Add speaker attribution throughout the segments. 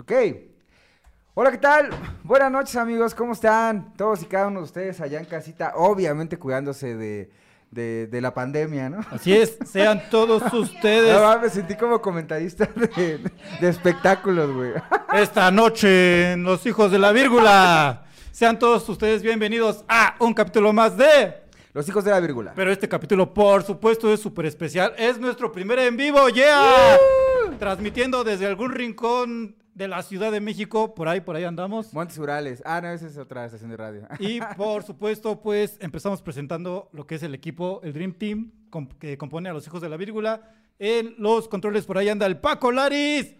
Speaker 1: Ok. Hola, ¿qué tal? Buenas noches, amigos. ¿Cómo están? Todos y cada uno de ustedes allá en casita, obviamente cuidándose de, de, de la pandemia, ¿no?
Speaker 2: Así es, sean todos ustedes
Speaker 1: No, me sentí como comentarista de, de espectáculos, güey.
Speaker 2: esta noche en Los Hijos de la Vírgula. Sean todos ustedes bienvenidos a un capítulo más de...
Speaker 1: Los hijos de la vírgula.
Speaker 2: Pero este capítulo, por supuesto, es súper especial. Es nuestro primer en vivo, yeah. Transmitiendo desde algún rincón de la Ciudad de México, por ahí, por ahí andamos.
Speaker 1: Montes Urales. Ah, no, esa es otra estación de radio.
Speaker 2: Y por supuesto, pues empezamos presentando lo que es el equipo, el Dream Team, com- que compone a los hijos de la vírgula. En los controles por ahí anda el Paco Laris.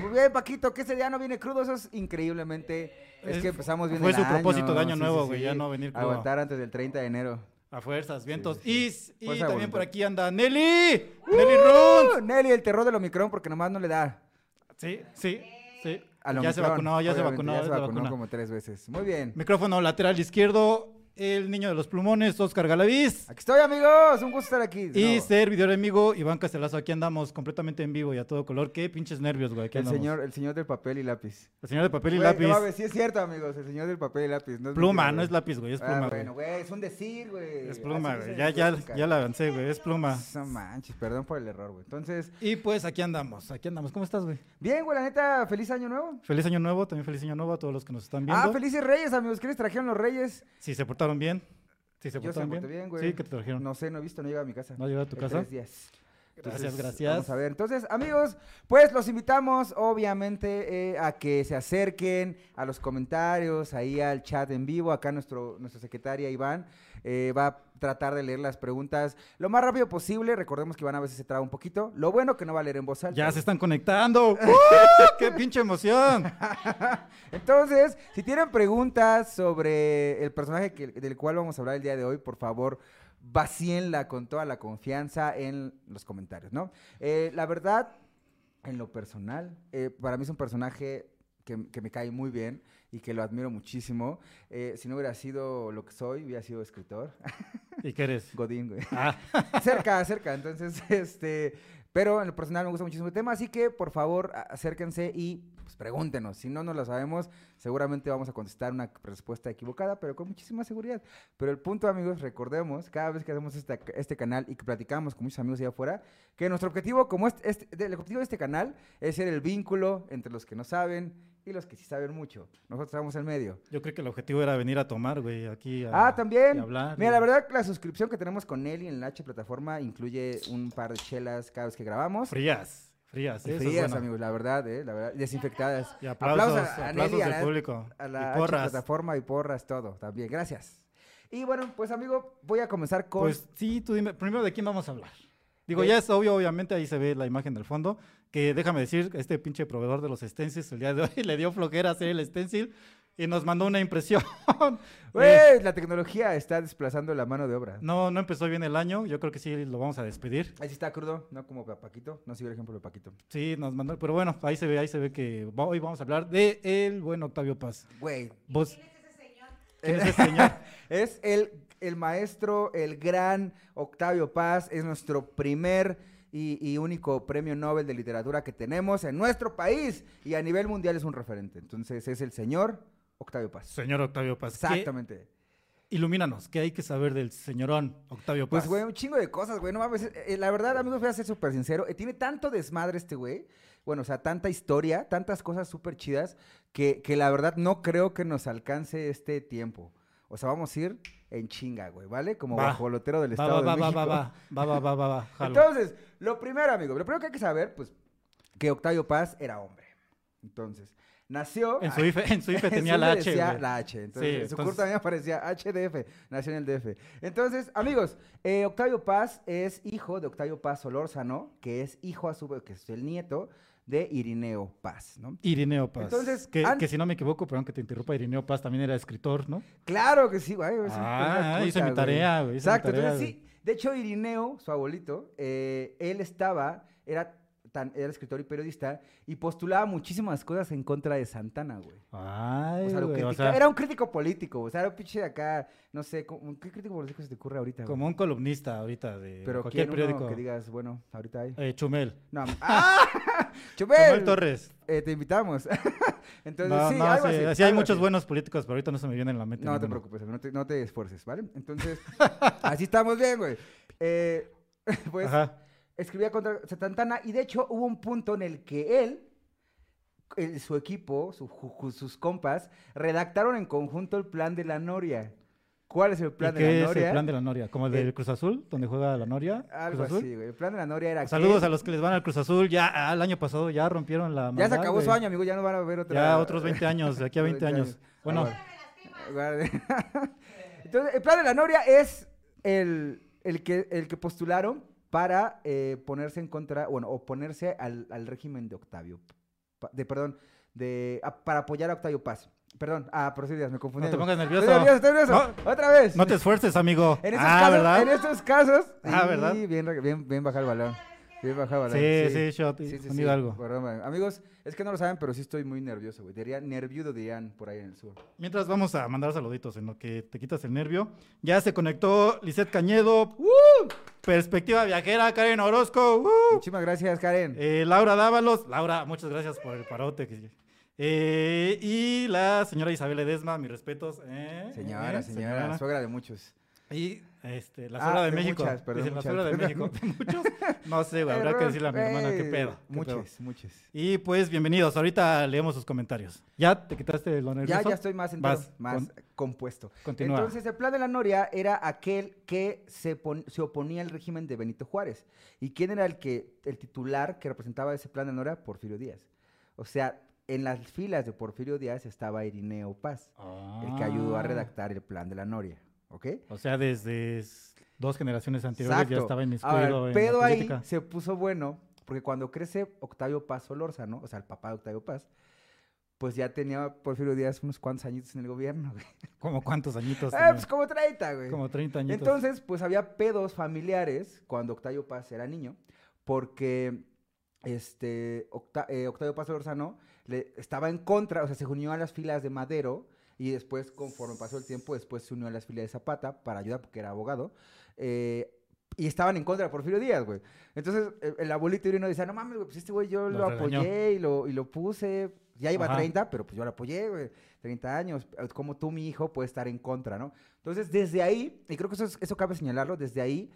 Speaker 1: Muy bien, Paquito, que ese día no viene crudo, eso es increíblemente. Es
Speaker 2: Es-
Speaker 1: que empezamos bien
Speaker 2: fue
Speaker 1: el
Speaker 2: su
Speaker 1: año,
Speaker 2: propósito de año nuevo, güey, ya no venir crudo.
Speaker 1: Aguantar antes del 30 de enero.
Speaker 2: A fuerzas, vientos. Y, y
Speaker 1: Fuerza de
Speaker 2: también por
Speaker 1: voluntad.
Speaker 2: aquí anda Nelly. Nelly Runs.
Speaker 1: Uh, Nelly, el terror del Omicron, porque nomás no le da.
Speaker 2: Sí, sí, sí.
Speaker 1: Al
Speaker 2: Ya se
Speaker 1: Omicron,
Speaker 2: vacunó, ya se
Speaker 1: obviamente,
Speaker 2: vacunó,
Speaker 1: Ya se vacunó
Speaker 2: vacunó.
Speaker 1: como tres veces. Muy bien.
Speaker 2: Micrófono lateral izquierdo, el niño de los plumones, Oscar Galaviz.
Speaker 1: Aquí estoy, amigos. Un gusto estar aquí. de
Speaker 2: Y
Speaker 1: nuevo.
Speaker 2: servidor amigo Iván Castelazo, aquí andamos completamente en vivo y a todo color. Qué pinches nervios, güey. aquí
Speaker 1: el
Speaker 2: andamos.
Speaker 1: señor, el señor del papel y lápiz.
Speaker 2: El señor de papel y
Speaker 1: Güey,
Speaker 2: lápiz.
Speaker 1: No, mames, sí es cierto, amigos. El señor del papel y lápiz. No es
Speaker 2: pluma,
Speaker 1: mentira,
Speaker 2: no es
Speaker 1: güey.
Speaker 2: lápiz, güey, es
Speaker 1: Ah,
Speaker 2: pluma. güey.
Speaker 1: bueno, güey, es un decir, güey.
Speaker 2: es pluma,
Speaker 1: Así
Speaker 2: güey.
Speaker 1: dicen
Speaker 2: Ya,
Speaker 1: en
Speaker 2: ya,
Speaker 1: Huesca.
Speaker 2: ya la avancé, güey. Es pluma.
Speaker 1: No manches, perdón por el error, güey. Entonces,
Speaker 2: Y pues aquí andamos, aquí andamos. ¿Cómo estás, güey?
Speaker 1: bien, güey, la neta, feliz año nuevo.
Speaker 2: Feliz año nuevo, también feliz año nuevo a todos los que nos están viendo.
Speaker 1: Ah, felices reyes, amigos. ¿Qué les trajeron los reyes?
Speaker 2: Si se portaron bien. Si se
Speaker 1: Yo se
Speaker 2: portaron
Speaker 1: porté
Speaker 2: bien.
Speaker 1: bien, güey.
Speaker 2: Sí, que te trajeron.
Speaker 1: No sé, no he visto, no llega a mi casa.
Speaker 2: ¿No llegó a tu
Speaker 1: En
Speaker 2: casa?
Speaker 1: Tres días.
Speaker 2: Gracias, gracias.
Speaker 1: Vamos a ver. Entonces, amigos, pues los invitamos, obviamente, eh, a que se acerquen a los comentarios, ahí al chat en vivo. Acá nuestro, nuestra secretaria Iván eh, va a tratar de leer las preguntas lo más rápido posible. Recordemos que Iván a veces se traba un poquito. Lo bueno que no va a leer en voz alta.
Speaker 2: Ya se están conectando. ¡Uh! ¡Qué pinche emoción!
Speaker 1: Entonces, si tienen preguntas sobre el personaje que- del cual vamos a hablar el día de hoy, por favor, vacíenla con toda la confianza en los comentarios, ¿no? Eh, la verdad, en lo personal, eh, para mí es un personaje que, que me cae muy bien y que lo admiro muchísimo. Eh, si no hubiera sido lo que soy, hubiera sido escritor.
Speaker 2: ¿Y qué eres?
Speaker 1: Godín, güey.
Speaker 2: Ah,
Speaker 1: cerca, cerca. Entonces, este, pero en lo personal me gusta muchísimo el tema, así que por favor a- acérquense y pues, pregúntenos. Si no nos lo sabemos, seguramente vamos a contestar una respuesta equivocada, pero con muchísima seguridad. Pero el punto, amigos, recordemos, cada vez que hacemos esta- este canal y que platicamos con muchos amigos allá afuera, que nuestro objetivo, como este, este- de- el objetivo de este canal, es ser el vínculo entre los que no saben y los que sí saben mucho. Nosotros estamos en medio.
Speaker 2: yo creo que el objetivo era venir a tomar, güey, aquí. A,
Speaker 1: Ah, también.
Speaker 2: y hablar,
Speaker 1: Mira,
Speaker 2: y-
Speaker 1: la verdad, la suscripción que tenemos con Nelly en la H plataforma incluye un par de chelas cada vez que grabamos.
Speaker 2: Frías, frías.
Speaker 1: Y
Speaker 2: eso es
Speaker 1: frías,
Speaker 2: bueno.
Speaker 1: amigos, la verdad, eh, la verdad, desinfectadas.
Speaker 2: Y aplausos,
Speaker 1: Aplausos a
Speaker 2: aplausos
Speaker 1: Nelly, a
Speaker 2: del
Speaker 1: la-
Speaker 2: público.
Speaker 1: A la
Speaker 2: y
Speaker 1: H
Speaker 2: porras.
Speaker 1: plataforma y porras, todo, también. Gracias. Y bueno, pues amigo, voy a comenzar con...
Speaker 2: Pues sí, tú dime, primero de quién vamos a hablar. Digo,
Speaker 1: De-
Speaker 2: ya es obvio, obviamente, ahí se ve la imagen del fondo. Que déjame decir, este pinche proveedor de los stencils el día de hoy le dio flojera hacer el stencil y nos mandó una impresión. Eh,
Speaker 1: Güey, la tecnología está desplazando la mano de obra.
Speaker 2: no, no empezó bien el año. Yo creo que sí lo vamos a despedir.
Speaker 1: Ahí sí está crudo, no como pa- Paquito, no sigo el ejemplo de Paquito.
Speaker 2: Sí, nos mandó. Pero bueno, ahí se ve, ahí se ve que va- hoy vamos a hablar de el buen Octavio Paz.
Speaker 1: Güey,
Speaker 2: Vos. ¿Quién es ese señor?
Speaker 1: Es el, el maestro, el gran Octavio Paz, es nuestro primer y, y único premio Nobel de literatura que tenemos en nuestro país y a nivel mundial es un referente. Entonces es el señor Octavio Paz.
Speaker 2: Señor Octavio Paz. ¿qué-
Speaker 1: Exactamente.
Speaker 2: ilumínanos, ¿qué hay que saber del señorón Octavio Paz?
Speaker 1: Pues, güey, un chingo de cosas, güey. No mames. eh, eh, la verdad, amigos, voy a ser súper sincero. eh, tiene tanto desmadre este güey. Bueno, o sea, tanta historia, tantas cosas súper chidas que, que la verdad no creo que nos alcance este tiempo. O sea, vamos a ir en chinga, güey, ¿vale? Como
Speaker 2: Va.
Speaker 1: bajolotero del
Speaker 2: va,
Speaker 1: Estado
Speaker 2: va,
Speaker 1: de
Speaker 2: va, va,
Speaker 1: México.
Speaker 2: va, va, va, va, va, va, va, jalo.
Speaker 1: Entonces, lo primero, amigo, lo primero que hay que saber, pues, que Octavio Paz era hombre. Entonces, nació...
Speaker 2: en su IFE, en su IFE
Speaker 1: en
Speaker 2: tenía
Speaker 1: su
Speaker 2: la
Speaker 1: IFE
Speaker 2: H,
Speaker 1: decía
Speaker 2: güey.
Speaker 1: la H. Entonces,
Speaker 2: Sí,
Speaker 1: en su
Speaker 2: entonces-
Speaker 1: curso también aparecía HDF, nació en el DF. Entonces, amigos, eh, Octavio Paz es hijo de Octavio Paz Solórzano, que es hijo a su vez, que es el nieto de Irineo Paz, ¿no?
Speaker 2: Irineo Paz.
Speaker 1: Entonces,
Speaker 2: que,
Speaker 1: an-
Speaker 2: que si no me equivoco, perdón que te interrumpa, Irineo Paz también era escritor, ¿no?
Speaker 1: Claro que sí, güey. es
Speaker 2: Ah,
Speaker 1: una
Speaker 2: hice
Speaker 1: culta,
Speaker 2: mi tarea, güey, hice mi
Speaker 1: Exacto,
Speaker 2: tarea,
Speaker 1: entonces sí. De hecho, Irineo, su abuelito, eh, él estaba, era tan- era escritor y periodista y postulaba muchísimas cosas en contra de Santana, güey.
Speaker 2: Ay,
Speaker 1: O sea, lo
Speaker 2: güey, o
Speaker 1: critica-
Speaker 2: sea,
Speaker 1: era un crítico político, o sea, era un pinche de acá, no sé, como- ¿qué crítico político se te ocurre ahorita? güey?
Speaker 2: como un columnista ahorita de
Speaker 1: Pero
Speaker 2: cualquier
Speaker 1: ¿quién uno
Speaker 2: periódico.
Speaker 1: que digas, bueno, ahorita hay.
Speaker 2: Eh, Chumel.
Speaker 1: No, ¡Ah!
Speaker 2: Chumel
Speaker 1: ¡Chumel!
Speaker 2: Torres.
Speaker 1: eh, te invitamos. Entonces,
Speaker 2: No,
Speaker 1: sí,
Speaker 2: no,
Speaker 1: algo
Speaker 2: Pues, sí,
Speaker 1: así.
Speaker 2: sí, hay
Speaker 1: algo
Speaker 2: muchos
Speaker 1: así.
Speaker 2: buenos políticos, pero ahorita no se me viene en la mente.
Speaker 1: No te
Speaker 2: ninguno.
Speaker 1: preocupes, no te, no te esfuerces, ¿vale? Entonces, así estamos bien, güey. Eh, pues
Speaker 2: Ajá.
Speaker 1: escribía contra Santana y de hecho hubo un punto en el que él, el- su equipo, su- ju- ju- sus compas, redactaron en conjunto el plan de la Noria. ¿Cuál es el
Speaker 2: ¿Y
Speaker 1: plan de
Speaker 2: ¿Qué
Speaker 1: la
Speaker 2: es
Speaker 1: Noria?
Speaker 2: el plan de la Noria? ¿Como el del
Speaker 1: Eh,
Speaker 2: Cruz Azul, donde juega la Noria?
Speaker 1: Algo
Speaker 2: Cruz Azul.
Speaker 1: así, güey. El plan de la Noria era
Speaker 2: Saludos
Speaker 1: que...
Speaker 2: a los que les van al Cruz Azul. Ya ah, el año pasado ya rompieron la.
Speaker 1: Ya se
Speaker 2: maldad,
Speaker 1: acabó su
Speaker 2: güey.
Speaker 1: año, amigo, ya no van a ver otra...
Speaker 2: Ya otros 20 años, de aquí a 20
Speaker 1: 20
Speaker 2: años.
Speaker 1: años.
Speaker 2: Bueno,
Speaker 1: Ah, Guarde. Entonces, el plan de la Noria es el, el que, el que postularon para eh, ponerse en contra, bueno, oponerse al, al régimen de Octavio, Pa- de, perdón, de, a- para apoyar a Octavio Paz. Perdón, ah, Procedidas, me confundí.
Speaker 2: No te
Speaker 1: amigo.
Speaker 2: pongas nervioso.
Speaker 1: Estoy nervioso, estoy nervioso. Otra vez.
Speaker 2: no te esfuerces, amigo.
Speaker 1: En estos
Speaker 2: ah,
Speaker 1: casos,
Speaker 2: ¿verdad?
Speaker 1: en estos casos.
Speaker 2: Ah,
Speaker 1: sí,
Speaker 2: ¿verdad?
Speaker 1: Bien, re- bien, bien bajar el balón. Bien bajar el balón.
Speaker 2: Sí, sí, shot.
Speaker 1: Sí, sí,
Speaker 2: un
Speaker 1: sí.
Speaker 2: Hidalgo.
Speaker 1: Perdón, amigos, es que no lo saben, pero sí estoy muy nervioso, güey. Diría nerviudo, dirían por ahí en el sur.
Speaker 2: Mientras vamos a mandar saluditos en lo que te quitas el nervio. Ya se conectó Lisette Cañedo. Perspectiva viajera, Karen Orozco. ¡Uh!
Speaker 1: Muchísimas gracias, Karen.
Speaker 2: Eh, Laura Dávalos. Laura, muchas gracias por el parote. que- Eh, y la señora Isabel Edesma, mis respetos. Eh,
Speaker 1: Señora,
Speaker 2: eh,
Speaker 1: señora, suegra de muchos.
Speaker 2: Y este, la
Speaker 1: Ah,
Speaker 2: suegra de,
Speaker 1: de
Speaker 2: México.
Speaker 1: muchas, perdón,
Speaker 2: Dicen,
Speaker 1: muchas,
Speaker 2: la suegra de México.
Speaker 1: perdón.
Speaker 2: ¿De muchos? No sé, güey, habrá que
Speaker 1: Error,
Speaker 2: decirle a mi hermana qué
Speaker 1: güey.
Speaker 2: pedo. qué pedo.
Speaker 1: Muchos, muchos.
Speaker 2: Y pues bienvenidos. Ahorita leemos sus comentarios. ¿Ya te quitaste lo nervioso?
Speaker 1: Ya, ya estoy más entero,
Speaker 2: Vas,
Speaker 1: más
Speaker 2: con-
Speaker 1: compuesto.
Speaker 2: Continúa.
Speaker 1: Entonces, el plan de la Noria era aquel que se, pon- se oponía al régimen de Benito Juárez. ¿Y quién era el que el titular que representaba ese plan de la Noria? Porfirio Díaz. O sea, en las filas de Porfirio Díaz estaba Irineo Paz, el que ayudó a
Speaker 2: Ah.
Speaker 1: redactar el plan de la Noria, ¿ok?
Speaker 2: O sea, desde s- dos generaciones anteriores ya estaba inmiscuido
Speaker 1: Ahora,
Speaker 2: en
Speaker 1: el
Speaker 2: la
Speaker 1: pedo ahí
Speaker 2: política.
Speaker 1: se puso bueno, porque cuando crece Octavio Paz Solórzano, o sea, el papá de Octavio Paz, pues ya tenía Porfirio Díaz unos cuantos añitos en el gobierno, güey.
Speaker 2: ¿Como cuántos añitos?
Speaker 1: Ah,
Speaker 2: tenía?
Speaker 1: pues como 30, güey.
Speaker 2: Como 30 añitos.
Speaker 1: Entonces, pues había pedos familiares cuando Octavio Paz era niño, porque este Octa- eh, Octavio Paz Solórzano le estaba en contra, o sea, se unió a las filas de Madero y después, conforme pasó el tiempo, después se unió a las filas de Zapata para ayudar porque era abogado. eh, y estaban en contra de Porfirio Díaz, güey. Entonces, eh, el abuelito Irino decía, no mames, güey, pues este güey yo
Speaker 2: Lo
Speaker 1: lo,
Speaker 2: regañó.
Speaker 1: apoyé y lo, y lo puse. Ya iba a
Speaker 2: Ajá.
Speaker 1: 30, pero pues yo lo apoyé, güey. 30 años. eh, Como tú, mi hijo, puede estar en contra, ¿no? Entonces, desde ahí, y creo que eso, es- eso cabe señalarlo, desde ahí,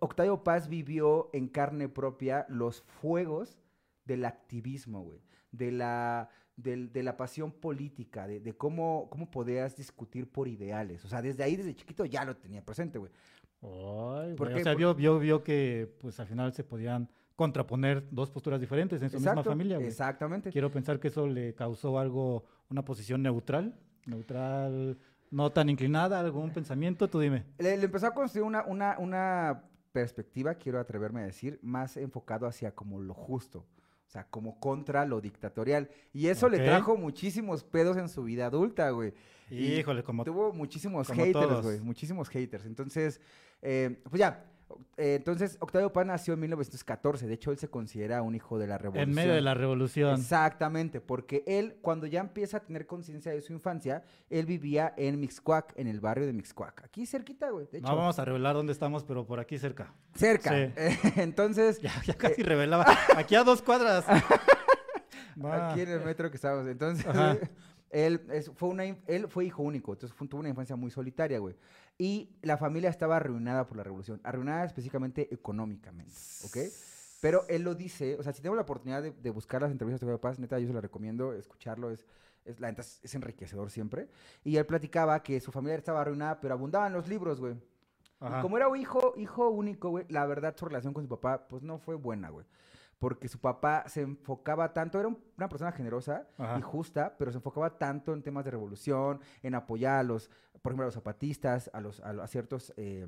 Speaker 1: Octavio Paz vivió en carne propia los fuegos del activismo, güey. De la, del- de la pasión política, de, de cómo, cómo podías discutir por ideales. O sea, desde ahí, desde chiquito, ya lo tenía presente, güey.
Speaker 2: Ay,
Speaker 1: ¿Por
Speaker 2: güey, O
Speaker 1: qué?
Speaker 2: sea,
Speaker 1: Por-
Speaker 2: vio, vio, vio que pues al final se podían contraponer dos posturas diferentes en su misma
Speaker 1: Exacto,
Speaker 2: familia. güey.
Speaker 1: Exactamente.
Speaker 2: Quiero pensar que eso le causó algo, una posición neutral, neutral, no tan inclinada,
Speaker 1: Eh.
Speaker 2: algún pensamiento, tú dime.
Speaker 1: Le, le empezó a construir una, una, una perspectiva, quiero atreverme a decir, más enfocado hacia como lo justo. O sea, como contra lo dictatorial. Y eso
Speaker 2: Ok.
Speaker 1: le trajo muchísimos pedos en su vida adulta, güey. Y
Speaker 2: Híjole, como
Speaker 1: Tuvo muchísimos
Speaker 2: como
Speaker 1: haters,
Speaker 2: todos.
Speaker 1: güey. Muchísimos haters. Entonces, eh, pues ya. eh, entonces, Octavio Paz nació en 1914. De hecho, él se considera un hijo de la revolución.
Speaker 2: en medio de la revolución.
Speaker 1: Exactamente, porque él, cuando ya empieza a tener conciencia de su infancia, él vivía en Mixcoac, en el barrio de Mixcoac. Aquí cerquita, güey. De hecho,
Speaker 2: No vamos a revelar dónde estamos, pero por aquí cerca.
Speaker 1: cerca.
Speaker 2: Sí.
Speaker 1: Entonces,
Speaker 2: Ya, ya
Speaker 1: Eh.
Speaker 2: casi revelaba. Aquí a dos cuadras. Va.
Speaker 1: aquí en el metro que estábamos. Entonces,
Speaker 2: Ajá.
Speaker 1: él, es- fue una, in- él fue hijo único, entonces fue- tuvo una infancia muy solitaria, güey. Y la familia estaba arruinada por la revolución, arruinada específicamente económicamente, ¿ok? Pero él lo dice, o sea, si tengo la oportunidad de, de buscar las entrevistas de Octavio Paz, neta, yo se las recomiendo, escucharlo es, es, la neta, es- es enriquecedor siempre. Y él platicaba que su familia estaba arruinada, pero abundaban los libros, güey. Y
Speaker 2: Ajá.
Speaker 1: como era un hijo, hijo único, güey, la verdad su relación con su papá, pues no fue buena, güey. Porque su papá se enfocaba tanto, era un- una persona generosa
Speaker 2: Ajá.
Speaker 1: y justa, pero se enfocaba tanto en temas de revolución, en apoyar a los, por ejemplo, a los zapatistas, a, los, a, lo- a ciertos eh,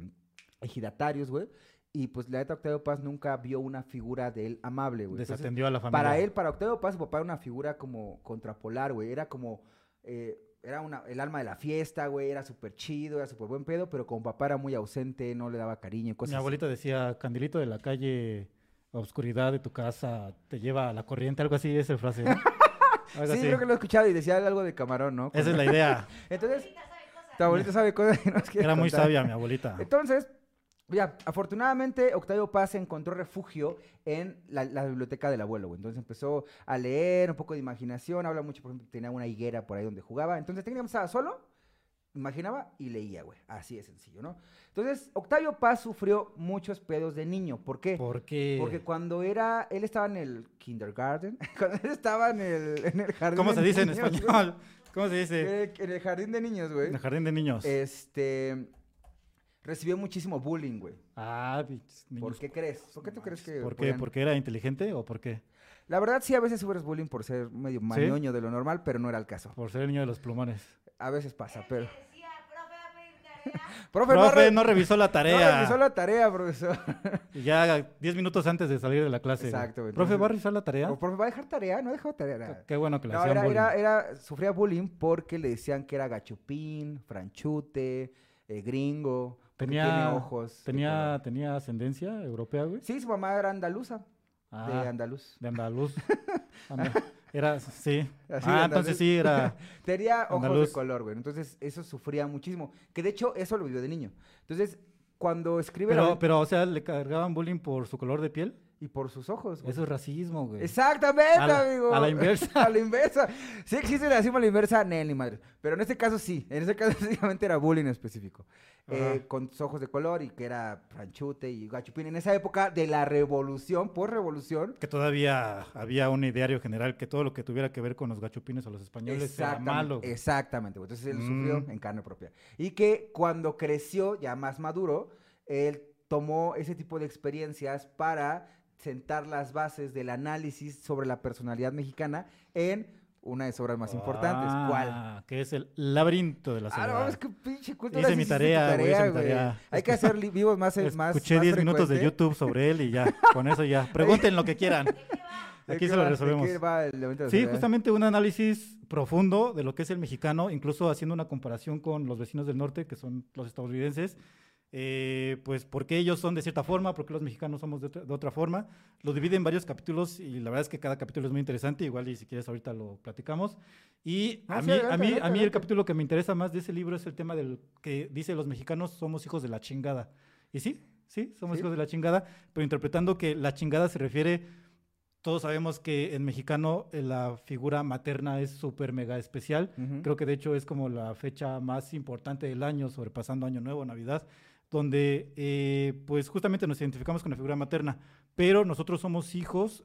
Speaker 1: ejidatarios, güey. Y pues la neta Octavio Paz nunca vio una figura de él amable, güey. Entonces,
Speaker 2: Desatendió a la familia.
Speaker 1: para él, para Octavio Paz, su papá era una figura como contrapolar, güey. Era como. eh, era una, el alma de la fiesta, güey. Era súper chido, era súper buen pedo, pero con papá era muy ausente, no le daba cariño y cosas
Speaker 2: Mi
Speaker 1: así.
Speaker 2: abuelita decía, Candilito de la calle la oscuridad de tu casa te lleva a la corriente, algo así es el frase. ¿no? Algo
Speaker 1: Sí,
Speaker 2: así.
Speaker 1: creo que lo he escuchado y decía algo de camarón, ¿no?
Speaker 2: Esa es la idea.
Speaker 1: Entonces, tu abuelita sabe cosas que nos quiere
Speaker 2: Era muy
Speaker 1: contar.
Speaker 2: sabia mi abuelita.
Speaker 1: Entonces, ya, afortunadamente Octavio Paz encontró refugio en la, la biblioteca del abuelo, güey. Entonces empezó a leer un poco de imaginación, habla mucho, por ejemplo, que tenía una higuera por ahí donde jugaba. Entonces técnicamente estaba solo, imaginaba y leía, güey. Así de sencillo, ¿no? Entonces, Octavio Paz sufrió muchos pedos de niño. ¿Por qué?
Speaker 2: Porque,
Speaker 1: Porque cuando era, él estaba en el kindergarten, cuando él estaba en el, en el jardín
Speaker 2: ¿cómo
Speaker 1: de
Speaker 2: se dice en
Speaker 1: niños, güey.
Speaker 2: español? ¿Cómo se dice?
Speaker 1: En el- en el jardín de niños, pues, güey.
Speaker 2: En el jardín de niños.
Speaker 1: Este. Recibió muchísimo bullying, güey.
Speaker 2: Ah, pinches niños.
Speaker 1: ¿Por qué crees? ¿Por qué tú crees que.?
Speaker 2: ¿Por qué?
Speaker 1: podían-
Speaker 2: ¿Porque era inteligente o por qué?
Speaker 1: La verdad, sí, a veces sufres bullying por ser medio mañoño de lo normal, pero no era el caso.
Speaker 2: Por ser el niño de los plumones.
Speaker 1: A veces pasa, pero.
Speaker 3: Decía, profe, va a pedir tarea.
Speaker 1: Profe, no,
Speaker 2: Profe,
Speaker 1: re-
Speaker 2: no revisó la
Speaker 1: No
Speaker 2: tarea.
Speaker 1: revisó la tarea, profesor.
Speaker 2: Y ya 10 minutos antes de salir de la clase. güey.
Speaker 1: Exacto, güey,
Speaker 2: Profe,
Speaker 1: entonces-
Speaker 2: ¿va a revisar la tarea?
Speaker 1: O profe, ¿va a dejar tarea? No dejó tarea. nada.
Speaker 2: Qué bueno que la
Speaker 1: No,
Speaker 2: hacían
Speaker 1: era,
Speaker 2: bullying.
Speaker 1: era, este, era- sufría bullying porque le decían que era gachupín, franchute, eh, gringo, porque
Speaker 2: Tenía-
Speaker 1: tiene ojos. de
Speaker 2: ¿Tenía, ¿Tenía ascendencia europea, güey?
Speaker 1: color. Sí, su mamá era andaluza,
Speaker 2: Ah,
Speaker 1: de andaluz.
Speaker 2: de andaluz. Ah, mira, era, sí.
Speaker 1: Así de
Speaker 2: ah,
Speaker 1: andaluz.
Speaker 2: entonces sí, era.
Speaker 1: Tenía ojos
Speaker 2: Andaluz.
Speaker 1: de color, güey. Entonces, eso sufría muchísimo. Que de hecho, eso lo vivió de niño. Entonces, cuando escribe. la
Speaker 2: Pero,
Speaker 1: bi-
Speaker 2: pero, o sea, le cargaban bullying por su color de piel.
Speaker 1: Y por sus ojos, güey.
Speaker 2: Eso es racismo, güey.
Speaker 1: Exactamente,
Speaker 2: A la-
Speaker 1: amigo.
Speaker 2: a la inversa.
Speaker 1: a la inversa. Sí existe la racismo a la inversa, no, ni madre. Pero en este caso sí. En este caso, básicamente era bullying específico. Eh,
Speaker 2: Ajá.
Speaker 1: con sus ojos de color y que era franchute y gachupín. En esa época de la revolución, por revolución.
Speaker 2: Que todavía había un ideario general que todo lo que tuviera que ver con los gachupines o los españoles era
Speaker 1: Exactamente,
Speaker 2: malo. güey.
Speaker 1: Exactamente, güey. Entonces él
Speaker 2: Mm.
Speaker 1: sufrió en carne propia. Y que cuando creció, ya más maduro, él tomó ese tipo de experiencias para sentar las bases del análisis sobre la personalidad mexicana en una de sus obras más importantes. ¿Cuál?
Speaker 2: Ah, Que es el laberinto de la
Speaker 1: Ah, no
Speaker 2: soledad.
Speaker 1: mames, qué pinche cultura.
Speaker 2: Hice
Speaker 1: sí
Speaker 2: mi
Speaker 1: hiciste tu
Speaker 2: tarea, güey, hice mi
Speaker 1: güey.
Speaker 2: tarea.
Speaker 1: Hay que hacer li- vivos más. más más
Speaker 2: Escuché 10 minutos de
Speaker 1: frecuente.
Speaker 2: YouTube sobre él y ya, con eso ya. Pregunten lo que quieran.
Speaker 1: ¿De
Speaker 2: Aquí
Speaker 1: qué
Speaker 2: se lo
Speaker 1: va- de
Speaker 2: resolvemos.
Speaker 1: qué va Pues, eh. el evento de la
Speaker 2: Sí,
Speaker 1: soledad?
Speaker 2: justamente un análisis profundo de lo que es el mexicano, incluso haciendo una comparación con los vecinos del norte, que son los estadounidenses, eh, pues por qué ellos son de cierta forma, por qué los mexicanos somos de otra, de otra forma. Lo divide en varios capítulos y la verdad es que cada capítulo es muy interesante, igual y si quieres ahorita lo platicamos. Y
Speaker 1: Ah,
Speaker 2: a,
Speaker 1: sí,
Speaker 2: mí,
Speaker 1: adelante,
Speaker 2: a,
Speaker 1: adelante,
Speaker 2: mí, a mí el
Speaker 1: adelante.
Speaker 2: capítulo que me interesa más de ese libro es el tema del que dice los mexicanos somos hijos de la chingada. Y sí, sí, somos
Speaker 1: Sí.
Speaker 2: hijos de la chingada, pero interpretando que la chingada se refiere, todos sabemos que en mexicano eh, la figura materna es súper mega especial.
Speaker 1: Ujú.
Speaker 2: Creo que de hecho es como la fecha más importante del año, sobrepasando Año Nuevo, Navidad, donde eh, pues justamente nos identificamos con la figura materna, pero nosotros somos hijos,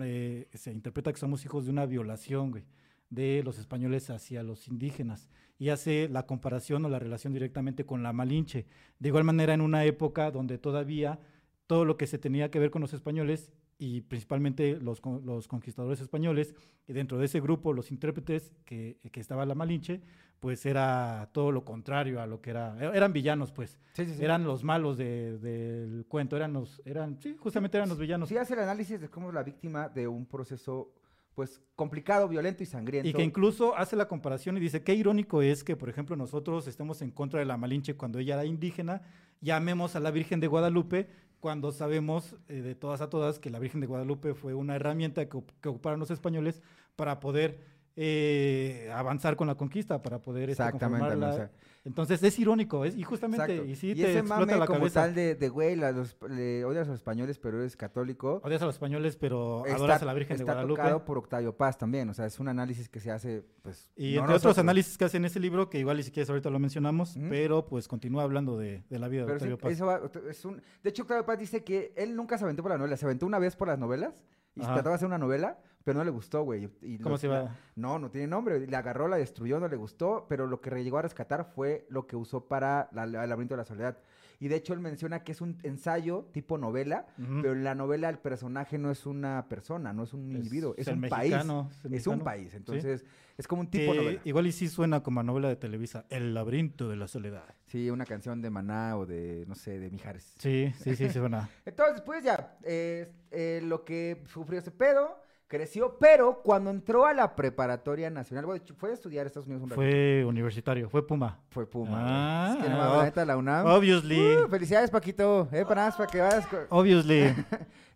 Speaker 2: eh, se interpreta que somos hijos de una violación, güey, de los españoles hacia los indígenas, y hace la comparación o la relación directamente con la Malinche. De igual manera, en una época donde todavía todo lo que se tenía que ver con los españoles y principalmente los, con- los conquistadores españoles, y dentro de ese grupo, los intérpretes que, que estaba la Malinche, pues era todo lo contrario a lo que era. e- Eran villanos, pues.
Speaker 1: Sí, sí, sí.
Speaker 2: Eran los malos de- del cuento. Eran los. Eran, sí, justamente eran los villanos.
Speaker 1: Sí hace el análisis de cómo es la víctima de un proceso, pues, complicado, violento y sangriento.
Speaker 2: Y que incluso hace la comparación y dice, qué irónico es que, por ejemplo, nosotros estemos en contra de la Malinche cuando ella era indígena, llamemos a la Virgen de Guadalupe cuando sabemos eh, de todas a todas que la Virgen de Guadalupe fue una herramienta que, op- que ocuparon los españoles para poder eh, avanzar con la conquista, para poder este,
Speaker 1: Exactamente. amigo,
Speaker 2: conformarla.
Speaker 1: o sea,
Speaker 2: Entonces es irónico, es, y justamente,
Speaker 1: exacto.
Speaker 2: y sí te
Speaker 1: ese
Speaker 2: explota
Speaker 1: mame
Speaker 2: la
Speaker 1: como
Speaker 2: cabeza.
Speaker 1: tal de, de güey, la- los- le odias a los españoles, pero eres católico.
Speaker 2: Odias a los españoles, pero
Speaker 1: está-
Speaker 2: adoras a la Virgen de
Speaker 1: está
Speaker 2: Guadalupe.
Speaker 1: tocado por Octavio Paz también. O sea, es un análisis que se hace, pues.
Speaker 2: Y
Speaker 1: no
Speaker 2: entre
Speaker 1: nosotros,
Speaker 2: otros análisis que hace en ese libro, que igual y si quieres ahorita lo mencionamos,
Speaker 1: Ujú.
Speaker 2: pero pues continúa hablando de, de la vida de
Speaker 1: Pero sí,
Speaker 2: Octavio Paz.
Speaker 1: eso va- es un... De hecho, Octavio Paz dice que él nunca se aventó por la novela. Se aventó una vez por las novelas y se
Speaker 2: Ajá.
Speaker 1: trataba de hacer una novela, pero no le gustó, güey. y- y
Speaker 2: ¿Cómo
Speaker 1: lo-
Speaker 2: se
Speaker 1: la-
Speaker 2: va?
Speaker 1: No, no tiene nombre. La agarró, la destruyó, no le gustó, pero lo que re- llegó a rescatar fue lo que usó para la, la- el laberinto de la soledad. Y de hecho él menciona que es un ensayo tipo novela,
Speaker 2: Ujú.
Speaker 1: pero en la novela el personaje no es una persona, no es un individuo, es,
Speaker 2: el
Speaker 1: un
Speaker 2: mexicano,
Speaker 1: país.
Speaker 2: el
Speaker 1: Es un
Speaker 2: mexicano.
Speaker 1: país,
Speaker 2: Sí.
Speaker 1: entonces es como un
Speaker 2: Que
Speaker 1: tipo novela.
Speaker 2: Igual y sí suena como a novela de Televisa, El laberinto de la soledad.
Speaker 1: Sí, una canción de Maná o de, no sé, de Mijares.
Speaker 2: Sí, sí, sí, sí suena.
Speaker 1: Entonces, pues ya, eh, eh, lo que sufrió ese pedo, creció, pero cuando entró a la preparatoria nacional, bueno, fue a estudiar a Estados Unidos un ratito.
Speaker 2: Fue universitario, fue Puma.
Speaker 1: Fue Puma.
Speaker 2: Ah,
Speaker 1: güey. es que no mames, la
Speaker 2: ob-
Speaker 1: neta, la UNAM.
Speaker 2: Obviously.
Speaker 1: Uh, felicidades, Paquito. Eh, para nada, para que vayas. co-
Speaker 2: Obviously.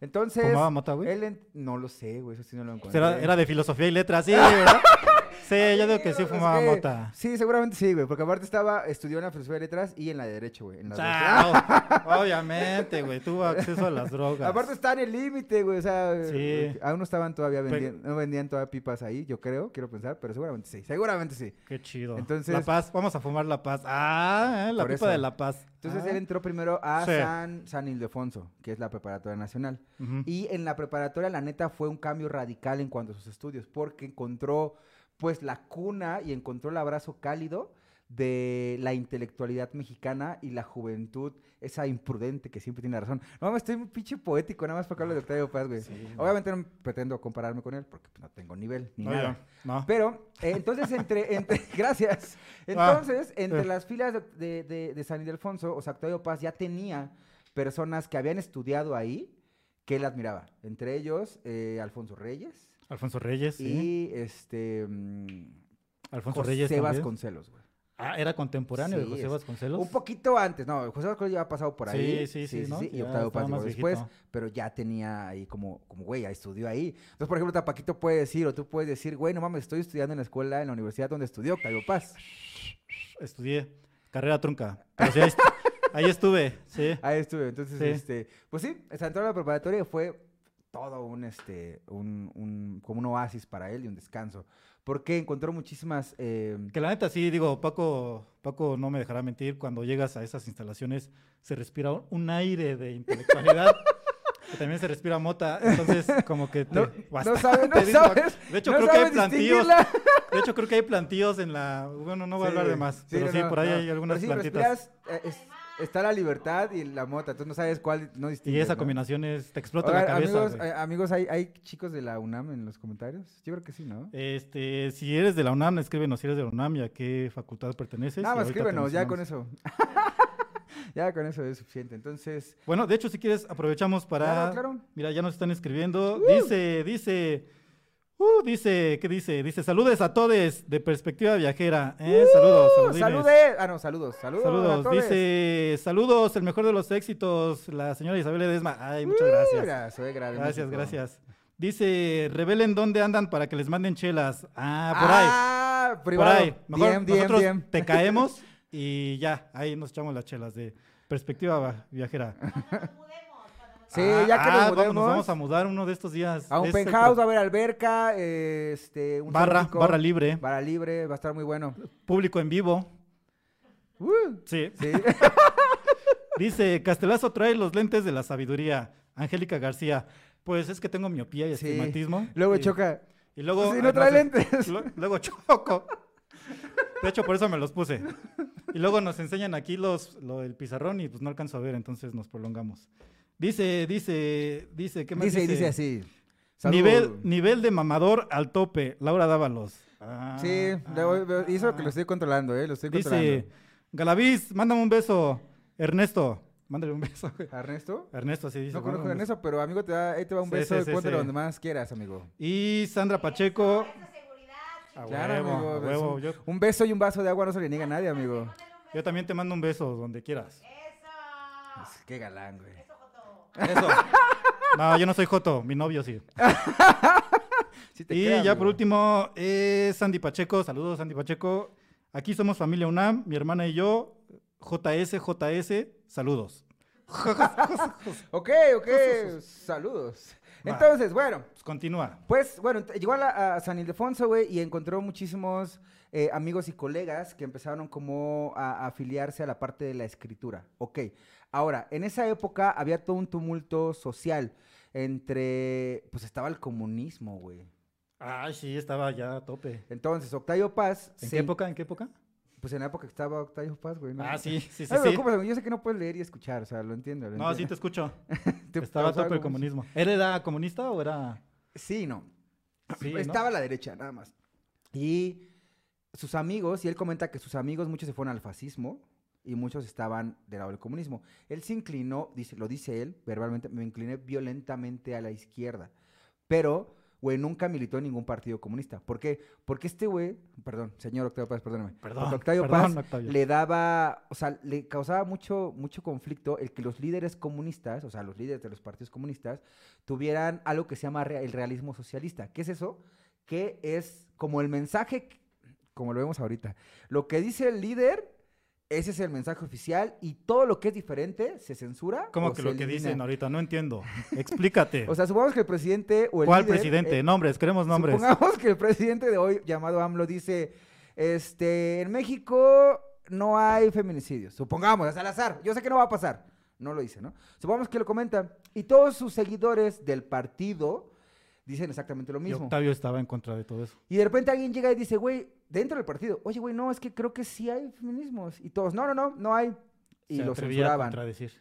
Speaker 1: Entonces,
Speaker 2: ¿Fumaba mota, güey? Pues
Speaker 1: él en- no lo sé, güey, eso sí no lo encontré.
Speaker 2: Era, era de filosofía y letras, sí, ¿verdad? Sí, yo digo que sí
Speaker 1: Es
Speaker 2: fumaba
Speaker 1: que-
Speaker 2: mota.
Speaker 1: Sí, seguramente sí, güey, porque aparte estaba, estudió en la filosofía de letras y en la de derecho, güey. en las dos.
Speaker 2: Ah, Chao. Obviamente, güey, tuvo acceso a las drogas.
Speaker 1: Aparte está en el límite, güey, o sea,
Speaker 2: Sí.
Speaker 1: aún no estaban todavía
Speaker 2: Pero-
Speaker 1: vendiendo, no vendían todavía pipas ahí, yo creo, quiero pensar, pero seguramente sí, seguramente sí.
Speaker 2: Qué chido.
Speaker 1: Entonces-
Speaker 2: la paz, vamos a fumar la paz. Ah, eh, la
Speaker 1: Por eso.
Speaker 2: pipa de la paz.
Speaker 1: Entonces
Speaker 2: Ah,
Speaker 1: él entró primero a
Speaker 2: Sí.
Speaker 1: San, San Ildefonso, que es la preparatoria nacional.
Speaker 2: ujú.
Speaker 1: Y en la preparatoria, la neta, fue un cambio radical en cuanto a sus estudios, porque encontró, pues, la cuna y encontró el abrazo cálido de la intelectualidad mexicana y la juventud, esa imprudente que siempre tiene la razón. No, mames, estoy un pinche poético, nada más porque hablo de Octavio Paz, güey. Obviamente no pretendo compararme con él, porque pues, no tengo nivel, ni
Speaker 2: No,
Speaker 1: nada.
Speaker 2: ya, no.
Speaker 1: Pero, eh, entonces, entre, entre- gracias.
Speaker 2: Ah,
Speaker 1: Entonces, entre
Speaker 2: eh.
Speaker 1: las filas de, de- de- de San Ildefonso, o sea, Octavio Paz ya tenía personas que habían estudiado ahí que él admiraba. Entre ellos, eh, Alfonso Reyes
Speaker 2: Alfonso Reyes, sí.
Speaker 1: y este. mm,
Speaker 2: Alfonso
Speaker 1: José
Speaker 2: Reyes. también.
Speaker 1: Vasconcelos, güey.
Speaker 2: Ah, era contemporáneo
Speaker 1: Sí,
Speaker 2: de José
Speaker 1: es-
Speaker 2: Vasconcelos.
Speaker 1: Un poquito antes, no, José Vasconcelos ya ha pasado por
Speaker 2: Sí,
Speaker 1: ahí.
Speaker 2: sí, sí, ¿no?
Speaker 1: Y
Speaker 2: Ya
Speaker 1: Octavio
Speaker 2: estaba
Speaker 1: Paz llegó
Speaker 2: más
Speaker 1: después,
Speaker 2: viejito.
Speaker 1: pero ya tenía ahí como, como, güey, ya estudió ahí. Entonces, por ejemplo, Tapaquito puede decir, o tú puedes decir, güey, no mames, estoy estudiando en la escuela, en la universidad donde estudió Octavio Paz.
Speaker 2: Estudié carrera trunca. Pero sí, ahí, est- ahí estuve, sí.
Speaker 1: Ahí estuve. Entonces,
Speaker 2: Sí.
Speaker 1: este, pues sí, entró a la preparatoria y fue todo un, este, un, un- como un oasis para él y un descanso. Porque encontró muchísimas, eh,
Speaker 2: Que la neta, sí, digo, Paco, Paco no me dejará mentir, cuando llegas a esas instalaciones se respira un- un aire de intelectualidad. que también se respira mota, entonces como que te
Speaker 1: no, no
Speaker 2: bastante
Speaker 1: sabes, no
Speaker 2: disma-
Speaker 1: sabes,
Speaker 2: De hecho,
Speaker 1: no
Speaker 2: creo que hay
Speaker 1: sabes
Speaker 2: plantíos.
Speaker 1: distinguirla.
Speaker 2: De hecho, creo que hay plantíos en la. Bueno, no voy
Speaker 1: Sí,
Speaker 2: a hablar de
Speaker 1: güey.
Speaker 2: más,
Speaker 1: Sí,
Speaker 2: pero
Speaker 1: no,
Speaker 2: sí,
Speaker 1: no,
Speaker 2: por ahí
Speaker 1: no.
Speaker 2: hay algunas
Speaker 1: Pero sí,
Speaker 2: plantitas.
Speaker 1: respiras, eh, es- está la libertad y la mota, entonces no sabes cuál no
Speaker 2: Y
Speaker 1: distingues.
Speaker 2: esa
Speaker 1: ¿no?
Speaker 2: combinación es, te explota la
Speaker 1: Oigan,
Speaker 2: cabeza.
Speaker 1: amigos,
Speaker 2: güey.
Speaker 1: eh, amigos, ¿hay, hay chicos de la UNAM en los comentarios? Yo creo que sí, ¿no?
Speaker 2: Este, si eres de la UNAM, escríbenos si eres de la UNAM y a qué facultad perteneces.
Speaker 1: Nada
Speaker 2: y
Speaker 1: más
Speaker 2: ahorita te
Speaker 1: escríbenos, ya con
Speaker 2: mencionamos.
Speaker 1: eso. ya con eso es suficiente. Entonces,
Speaker 2: Bueno, de hecho, si quieres, aprovechamos para.
Speaker 1: claro, Uh. claro.
Speaker 2: Mira, ya nos están escribiendo. Dice, dice. Uh, dice, ¿qué dice? Dice, saludes a todos de perspectiva viajera. Eh, saludos, saludines.
Speaker 1: Salude, ah no, saludos, saludos. Uh, a
Speaker 2: Saludos,
Speaker 1: todos.
Speaker 2: dice, saludos, el mejor de los éxitos, la señora Isabel Edesma. Ay, muchas
Speaker 1: Uh,
Speaker 2: gracias.
Speaker 1: mira, soy grave,
Speaker 2: Gracias,
Speaker 1: México.
Speaker 2: gracias. Dice, revelen dónde andan para que les manden chelas. Ah, por ahí.
Speaker 1: Ah,
Speaker 2: por
Speaker 1: privado.
Speaker 2: ahí. Mejor
Speaker 1: DM, DM,
Speaker 2: nosotros
Speaker 1: DM.
Speaker 2: te caemos y ya, ahí nos echamos las chelas de perspectiva va- viajera.
Speaker 3: Cuando nos mudemos, cuando nos
Speaker 1: Sí,
Speaker 2: Ah,
Speaker 1: ya que nos
Speaker 2: ah, vamos-
Speaker 1: mudemos.
Speaker 2: vamos a mudar uno de estos días.
Speaker 1: A un
Speaker 2: Es el
Speaker 1: penthouse, va
Speaker 2: pro-
Speaker 1: a haber alberca, eh, este, un
Speaker 2: barra,
Speaker 1: zoológico,
Speaker 2: barra libre,
Speaker 1: barra libre, va a estar muy bueno.
Speaker 2: público en vivo.
Speaker 1: Uh,
Speaker 2: Sí.
Speaker 1: sí.
Speaker 2: Dice, Castelazo trae los lentes de la sabiduría. Angélica García. Pues es que tengo miopía y
Speaker 1: Sí.
Speaker 2: astigmatismo.
Speaker 1: Luego
Speaker 2: Y-
Speaker 1: choca.
Speaker 2: Y luego.
Speaker 1: Sí,
Speaker 2: además,
Speaker 1: no trae
Speaker 2: es-
Speaker 1: lentes.
Speaker 2: Lo- luego choco. De hecho, por eso me los puse. Y luego nos enseñan aquí los, lo, el pizarrón y pues no alcanzo a ver, entonces nos prolongamos. Dice, dice, dice, ¿qué más
Speaker 1: Dice, dice así. Salud.
Speaker 2: Nivel, nivel de mamador al tope, Laura Dávalos. Ah,
Speaker 1: Sí, le voy- veo- hizo que lo
Speaker 2: ah.
Speaker 1: estoy controlando, eh, lo estoy
Speaker 2: Dice,
Speaker 1: controlando.
Speaker 2: Galaviz, mándame un beso. Ernesto, mándale un beso. güey.
Speaker 1: ¿Ernesto?
Speaker 2: Ernesto, así dice.
Speaker 1: No conozco a
Speaker 2: mándale un beso.
Speaker 1: Ernesto, pero amigo, te va, ahí te va un
Speaker 2: Sí,
Speaker 1: beso
Speaker 2: sí,
Speaker 1: y
Speaker 2: sí,
Speaker 1: póntelo
Speaker 2: sí.
Speaker 1: donde más quieras, amigo.
Speaker 2: Y Sandra
Speaker 3: mudemos.
Speaker 2: Pacheco.
Speaker 3: Eso, eso es seguridad,
Speaker 2: A
Speaker 3: chicos.
Speaker 1: Claro,
Speaker 2: huevo,
Speaker 1: amigo,
Speaker 2: a
Speaker 1: es
Speaker 2: huevo. Yo,
Speaker 1: Un beso y un vaso de agua no se le niega a nadie, amigo.
Speaker 2: yo también te mando un beso donde quieras.
Speaker 3: Eso.
Speaker 1: Qué galán, güey.
Speaker 3: Eso, Joto.
Speaker 2: Eso. No, yo no soy Joto, mi novio sí.
Speaker 1: Sí Ah, te
Speaker 2: Y
Speaker 1: creo,
Speaker 2: ya
Speaker 1: amigo.
Speaker 2: por último, eh, Sandy Pacheco. Saludos, Sandy Pacheco. Aquí somos familia UNAM, mi hermana y yo. JS, JS, saludos.
Speaker 1: Ok, ok. Saludos. Entonces, bueno,
Speaker 2: Pues continúa.
Speaker 1: Pues bueno, ent- llegó a, la- a San Ildefonso, güey, y encontró muchísimos eh, amigos y colegas que empezaron como a, a afiliarse a la parte de la escritura. Ok. Ahora, en esa época había todo un tumulto social entre, pues estaba el comunismo, güey.
Speaker 2: Ay, Ah, sí, estaba ya a tope.
Speaker 1: Entonces, Octavio Paz...
Speaker 2: ¿En
Speaker 1: se
Speaker 2: qué
Speaker 1: in-
Speaker 2: época? ¿En qué época?
Speaker 1: Pues en la época que estaba Octavio Paz, güey. ¿no?
Speaker 2: Ah, sí, sí, sí.
Speaker 1: No me
Speaker 2: sí.
Speaker 1: preocupes, amigo, yo sé que no puedes leer y escuchar, o sea, lo entiendo. lo
Speaker 2: No, sí
Speaker 1: entiendo.
Speaker 2: te escucho.
Speaker 1: Te
Speaker 2: Estaba a
Speaker 1: causaba
Speaker 2: tope el
Speaker 1: como-
Speaker 2: comunismo. ¿Él era comunista o era...?
Speaker 1: Sí, no.
Speaker 2: Sí, ¿no?
Speaker 1: Estaba a la derecha, nada más. Y sus amigos, y él comenta que sus amigos, muchos se fueron al fascismo y muchos estaban del lado del comunismo. Él se inclinó, dice, lo dice él verbalmente, me incliné violentamente a la izquierda. Pero güey, nunca militó en ningún partido comunista. ¿Por qué? Porque este güey, perdón, señor Octavio Paz, perdóname.
Speaker 2: Perdón,
Speaker 1: Porque Octavio
Speaker 2: perdón,
Speaker 1: Paz
Speaker 2: Octavio.
Speaker 1: le daba, o sea, le causaba mucho, mucho conflicto el que los líderes comunistas, o sea, los líderes de los partidos comunistas, tuvieran algo que se llama rea- el realismo socialista. ¿Qué es eso? Que es como el mensaje, que- como lo vemos ahorita, lo que dice el líder, ese es el mensaje oficial y todo lo que es diferente se censura.
Speaker 2: ¿Cómo
Speaker 1: o se
Speaker 2: que lo que
Speaker 1: elimina.
Speaker 2: dicen ahorita? No entiendo. Explícate.
Speaker 1: O sea, supongamos que el presidente o el
Speaker 2: ¿Cuál
Speaker 1: líder,
Speaker 2: presidente?
Speaker 1: eh,
Speaker 2: nombres, queremos nombres.
Speaker 1: Supongamos que el presidente de hoy, llamado AMLO, dice, este, en México no hay feminicidios. Supongamos, es al azar. Yo sé que no va a pasar. No lo dice, ¿no? Supongamos que lo comenta. Y todos sus seguidores del partido dicen exactamente lo
Speaker 2: Y
Speaker 1: mismo.
Speaker 2: Octavio estaba en contra de todo eso.
Speaker 1: Y de repente alguien llega y dice, güey, dentro del partido, oye, güey, no, es que creo que sí hay feminismos. Y todos, no, no, no, no hay. Y
Speaker 2: Se
Speaker 1: lo
Speaker 2: atrevía a
Speaker 1: censuraban.
Speaker 2: contradecir.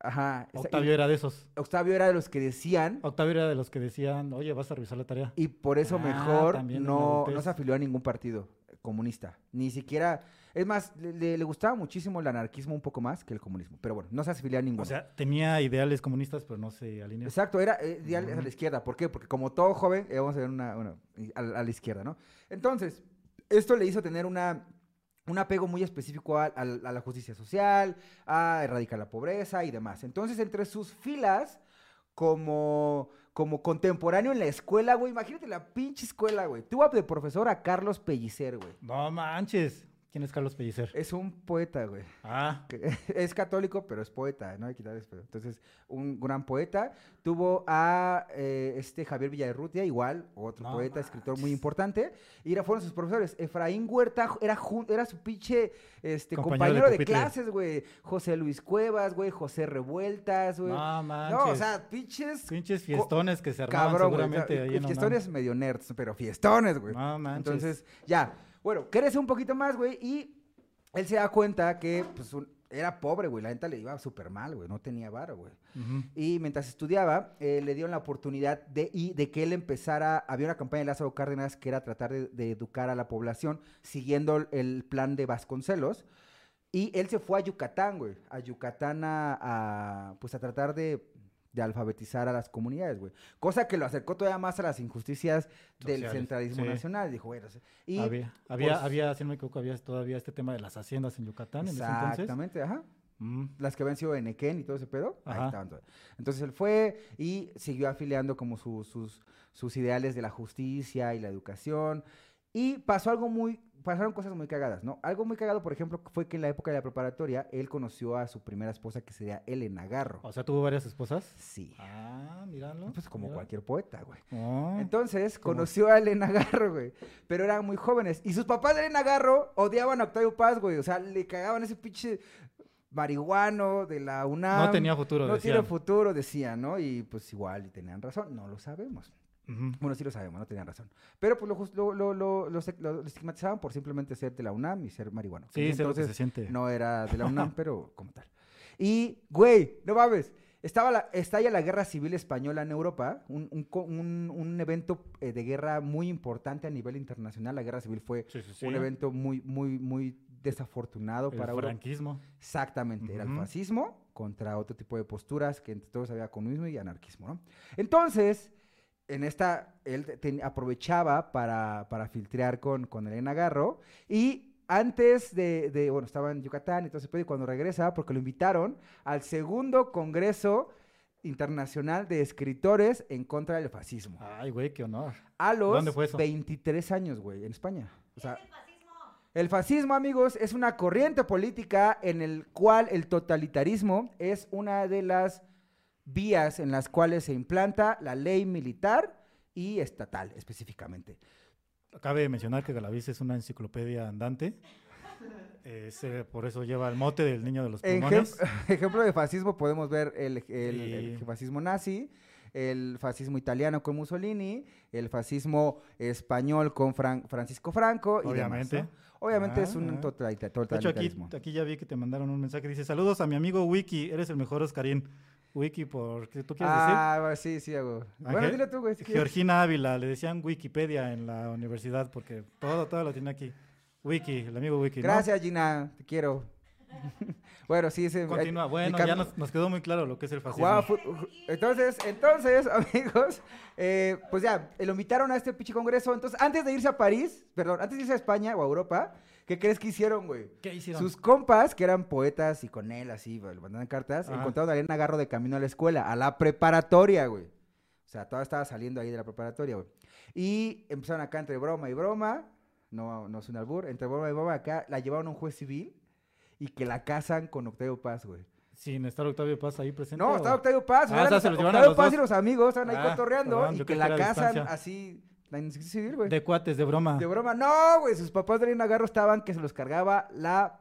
Speaker 1: Ajá. esa- y
Speaker 2: Octavio era de esos.
Speaker 1: Octavio era de los que decían
Speaker 2: Octavio era de los que decían, oye, vas a revisar la tarea.
Speaker 1: Y por eso
Speaker 2: Ah,
Speaker 1: mejor
Speaker 2: también en
Speaker 1: no,
Speaker 2: adultez.
Speaker 1: no se afilió a ningún partido comunista. Ni siquiera. Es más, le, le- le gustaba muchísimo el anarquismo un poco más que el comunismo. Pero bueno, no se afilió a ninguno.
Speaker 2: O sea, tenía ideales comunistas, pero no se alineó.
Speaker 1: Exacto, era eh, ideal a
Speaker 2: Ujú.
Speaker 1: la izquierda. ¿Por qué? Porque como todo joven, eh, vamos a ver una, una- a, a la izquierda, ¿no? Entonces, esto le hizo tener una, un apego muy específico a, a la a la justicia social, a erradicar la pobreza y demás. Entonces, entre sus filas, como, como contemporáneo en la escuela, güey, imagínate la pinche escuela, güey. Tuvo de profesor a Carlos Pellicer, güey.
Speaker 2: No manches. ¿Quién es Carlos Pellicer?
Speaker 1: Es un poeta, güey.
Speaker 2: Ah,
Speaker 1: que es católico, pero es poeta, no hay que quitarles pero. Entonces, un gran poeta. Tuvo a eh, este Javier Villarrutia, igual, otro
Speaker 2: No
Speaker 1: poeta, escritor muy
Speaker 2: manches.
Speaker 1: importante. Y era- fueron sus profesores. Efraín Huerta ju- era, jun- era su pinche este,
Speaker 2: Compañero de
Speaker 1: compañero, de,
Speaker 2: pupitre.
Speaker 1: clases, güey. José Luis Cuevas, güey. José Revueltas, güey. No,
Speaker 2: no manches.
Speaker 1: o sea, pinches.
Speaker 2: pinches fiestones que se armaban
Speaker 1: Cabrón, güey.
Speaker 2: seguramente ahí
Speaker 1: Y- y
Speaker 2: en la
Speaker 1: Fiestones medio nerds, pero fiestones, güey.
Speaker 2: UNAM. No manches.
Speaker 1: Entonces, ya. Bueno, crece un poquito más, güey, y él se da cuenta que pues, un- era pobre, güey. La neta le iba súper mal, güey. No tenía varo, güey.
Speaker 2: Ujú.
Speaker 1: Y mientras estudiaba, eh, le dieron la oportunidad de, y de que él empezara. Había una campaña de Lázaro Cárdenas que era tratar de, de educar a la población siguiendo el plan de Vasconcelos. Y él se fue a Yucatán, güey. A Yucatán a, a, pues a tratar de, de alfabetizar a las comunidades, güey. Cosa que lo acercó todavía más a las injusticias del
Speaker 2: Sociales,
Speaker 1: centralismo
Speaker 2: sí.
Speaker 1: nacional. Dijo, güey, no sé. Y
Speaker 2: había, había,
Speaker 1: pues-
Speaker 2: había, si no me equivoco, había todavía este tema de las haciendas en Yucatán en ese entonces.
Speaker 1: exactamente, ajá.
Speaker 2: Mm.
Speaker 1: las que habían sido en Equén y todo ese pedo, ahí
Speaker 2: Ajá.
Speaker 1: estaban todas. Entonces él fue y siguió afiliando como su- sus, sus ideales de la justicia y la educación. Y pasó algo muy, pasaron cosas muy cagadas, ¿no? Algo muy cagado, por ejemplo, fue que en la época de la preparatoria, él conoció a su primera esposa, que sería Elena Garro.
Speaker 2: O sea, tuvo varias esposas.
Speaker 1: Sí.
Speaker 2: Oh. Ah, míralo.
Speaker 1: Pues como
Speaker 2: mira.
Speaker 1: cualquier poeta, güey.
Speaker 2: Oh,
Speaker 1: Entonces
Speaker 2: ¿Cómo?
Speaker 1: conoció a Elena Garro, güey. Pero eran muy jóvenes. Y sus papás de Elena Garro odiaban a Octavio Paz, güey. O sea, le cagaban ese pinche marihuano de la UNAM.
Speaker 2: no tenía futuro,
Speaker 1: ah, No
Speaker 2: decían.
Speaker 1: tiene futuro, decían, ¿no? Y pues igual, y tenían razón, no lo sabemos.
Speaker 2: Ujú.
Speaker 1: Bueno, sí lo sabemos, no tenían razón. Pero pues lo, jus- lo, lo, lo, lo se- lo- lo estigmatizaban por simplemente ser de la UNAM y ser marihuano. En
Speaker 2: Sí,
Speaker 1: ese
Speaker 2: sé lo que se
Speaker 1: entonces
Speaker 2: siente.
Speaker 1: no era de la UNAM, pero como tal. Y, güey, no mames, estaba la, estalla la guerra civil española en Europa, un, un co- un- un evento eh, de guerra muy importante a nivel internacional. La guerra civil fue
Speaker 2: Sí, sí, sí.
Speaker 1: un evento muy, muy, muy desafortunado
Speaker 2: El
Speaker 1: para Europa.
Speaker 2: franquismo.
Speaker 1: Exactamente, era el
Speaker 2: Ujú.
Speaker 1: fascismo contra otro tipo de posturas que entre todos había comunismo y anarquismo, ¿no? Entonces, en esta, él te- ten- aprovechaba para, para filtrear con, con Elena Garro y antes de, de, bueno, estaba en Yucatán y todo ese pedo, y cuando regresa, porque lo invitaron al segundo Congreso Internacional de Escritores en contra del fascismo.
Speaker 2: Ay, güey, qué honor.
Speaker 1: A los
Speaker 2: ¿dónde fue eso?
Speaker 1: 23 años, güey, en España. O sea,
Speaker 3: es el fascismo?
Speaker 1: el fascismo, amigos, es una corriente política en el cual el totalitarismo es una de las vías en las cuales se implanta la ley militar y estatal específicamente.
Speaker 2: Cabe mencionar que Galaviz es una enciclopedia andante. Ese, por eso lleva el mote del niño de los
Speaker 1: En
Speaker 2: pulmones.
Speaker 1: ejem- ejemplo de fascismo podemos ver el, el- el
Speaker 2: Sí.
Speaker 1: fascismo nazi, el fascismo italiano con Mussolini, el fascismo español con Fran- Francisco Franco y demás,
Speaker 2: Obviamente.
Speaker 1: ¿no? Obviamente es
Speaker 2: Ah,
Speaker 1: un
Speaker 2: ah.
Speaker 1: totalita-
Speaker 2: De hecho, aquí,
Speaker 1: totalitarismo.
Speaker 2: aquí ya vi que te mandaron un mensaje. Dice, saludos a mi amigo Wiki, eres el mejor Oscarín. Wiki, ¿por qué tú quieres
Speaker 1: ah, sí, sí, hago. Bueno,
Speaker 2: Ángel-
Speaker 1: dilo tú, güey. si
Speaker 2: decir?
Speaker 1: quieres.
Speaker 2: Georgina Ávila, le decían Wikipedia en la universidad porque todo, todo lo tiene aquí. Wiki, el amigo Wiki. ¿no?
Speaker 1: Gracias, Gina. Te quiero. Bueno, sí, se
Speaker 2: Continúa. Bueno, ya nos, nos quedó muy claro lo que es el fascismo.
Speaker 1: Jugaba fu- ju- entonces, entonces, amigos, eh, pues ya, eh, lo invitaron a este pinche congreso. Entonces, antes de irse a París, perdón, antes de irse a España o a Europa, ¿qué crees que hicieron, güey?
Speaker 2: ¿Qué hicieron?
Speaker 1: Sus compas, que eran poetas y con él así, güey, le mandaban cartas,
Speaker 2: Ajá.
Speaker 1: encontraron a Ariana Garro de camino a la escuela, a la preparatoria, güey. O sea, todavía estaba saliendo ahí de la preparatoria, güey. Y empezaron acá entre broma y broma, no, no es un albur, entre broma y broma acá la llevaron a un juez civil y que la casan con Octavio Paz, güey.
Speaker 2: Sin estar Octavio Paz ahí presente.
Speaker 1: No,
Speaker 2: ¿o?
Speaker 1: estaba Octavio Paz.
Speaker 2: Ah,
Speaker 1: eran
Speaker 2: o sea,
Speaker 1: los-
Speaker 2: se los llevaron a
Speaker 1: Octavio
Speaker 2: los
Speaker 1: Paz
Speaker 2: dos.
Speaker 1: y los amigos estaban ahí
Speaker 2: Ah,
Speaker 1: cotorreando
Speaker 2: perdón,
Speaker 1: y
Speaker 2: yo
Speaker 1: que
Speaker 2: creí
Speaker 1: la
Speaker 2: que era a
Speaker 1: casan
Speaker 2: distancia.
Speaker 1: así. La iniciativa civil, güey.
Speaker 2: De cuates, de broma.
Speaker 1: De broma. No, güey. Sus papás de Ariana Garro estaban que se los cargaba la.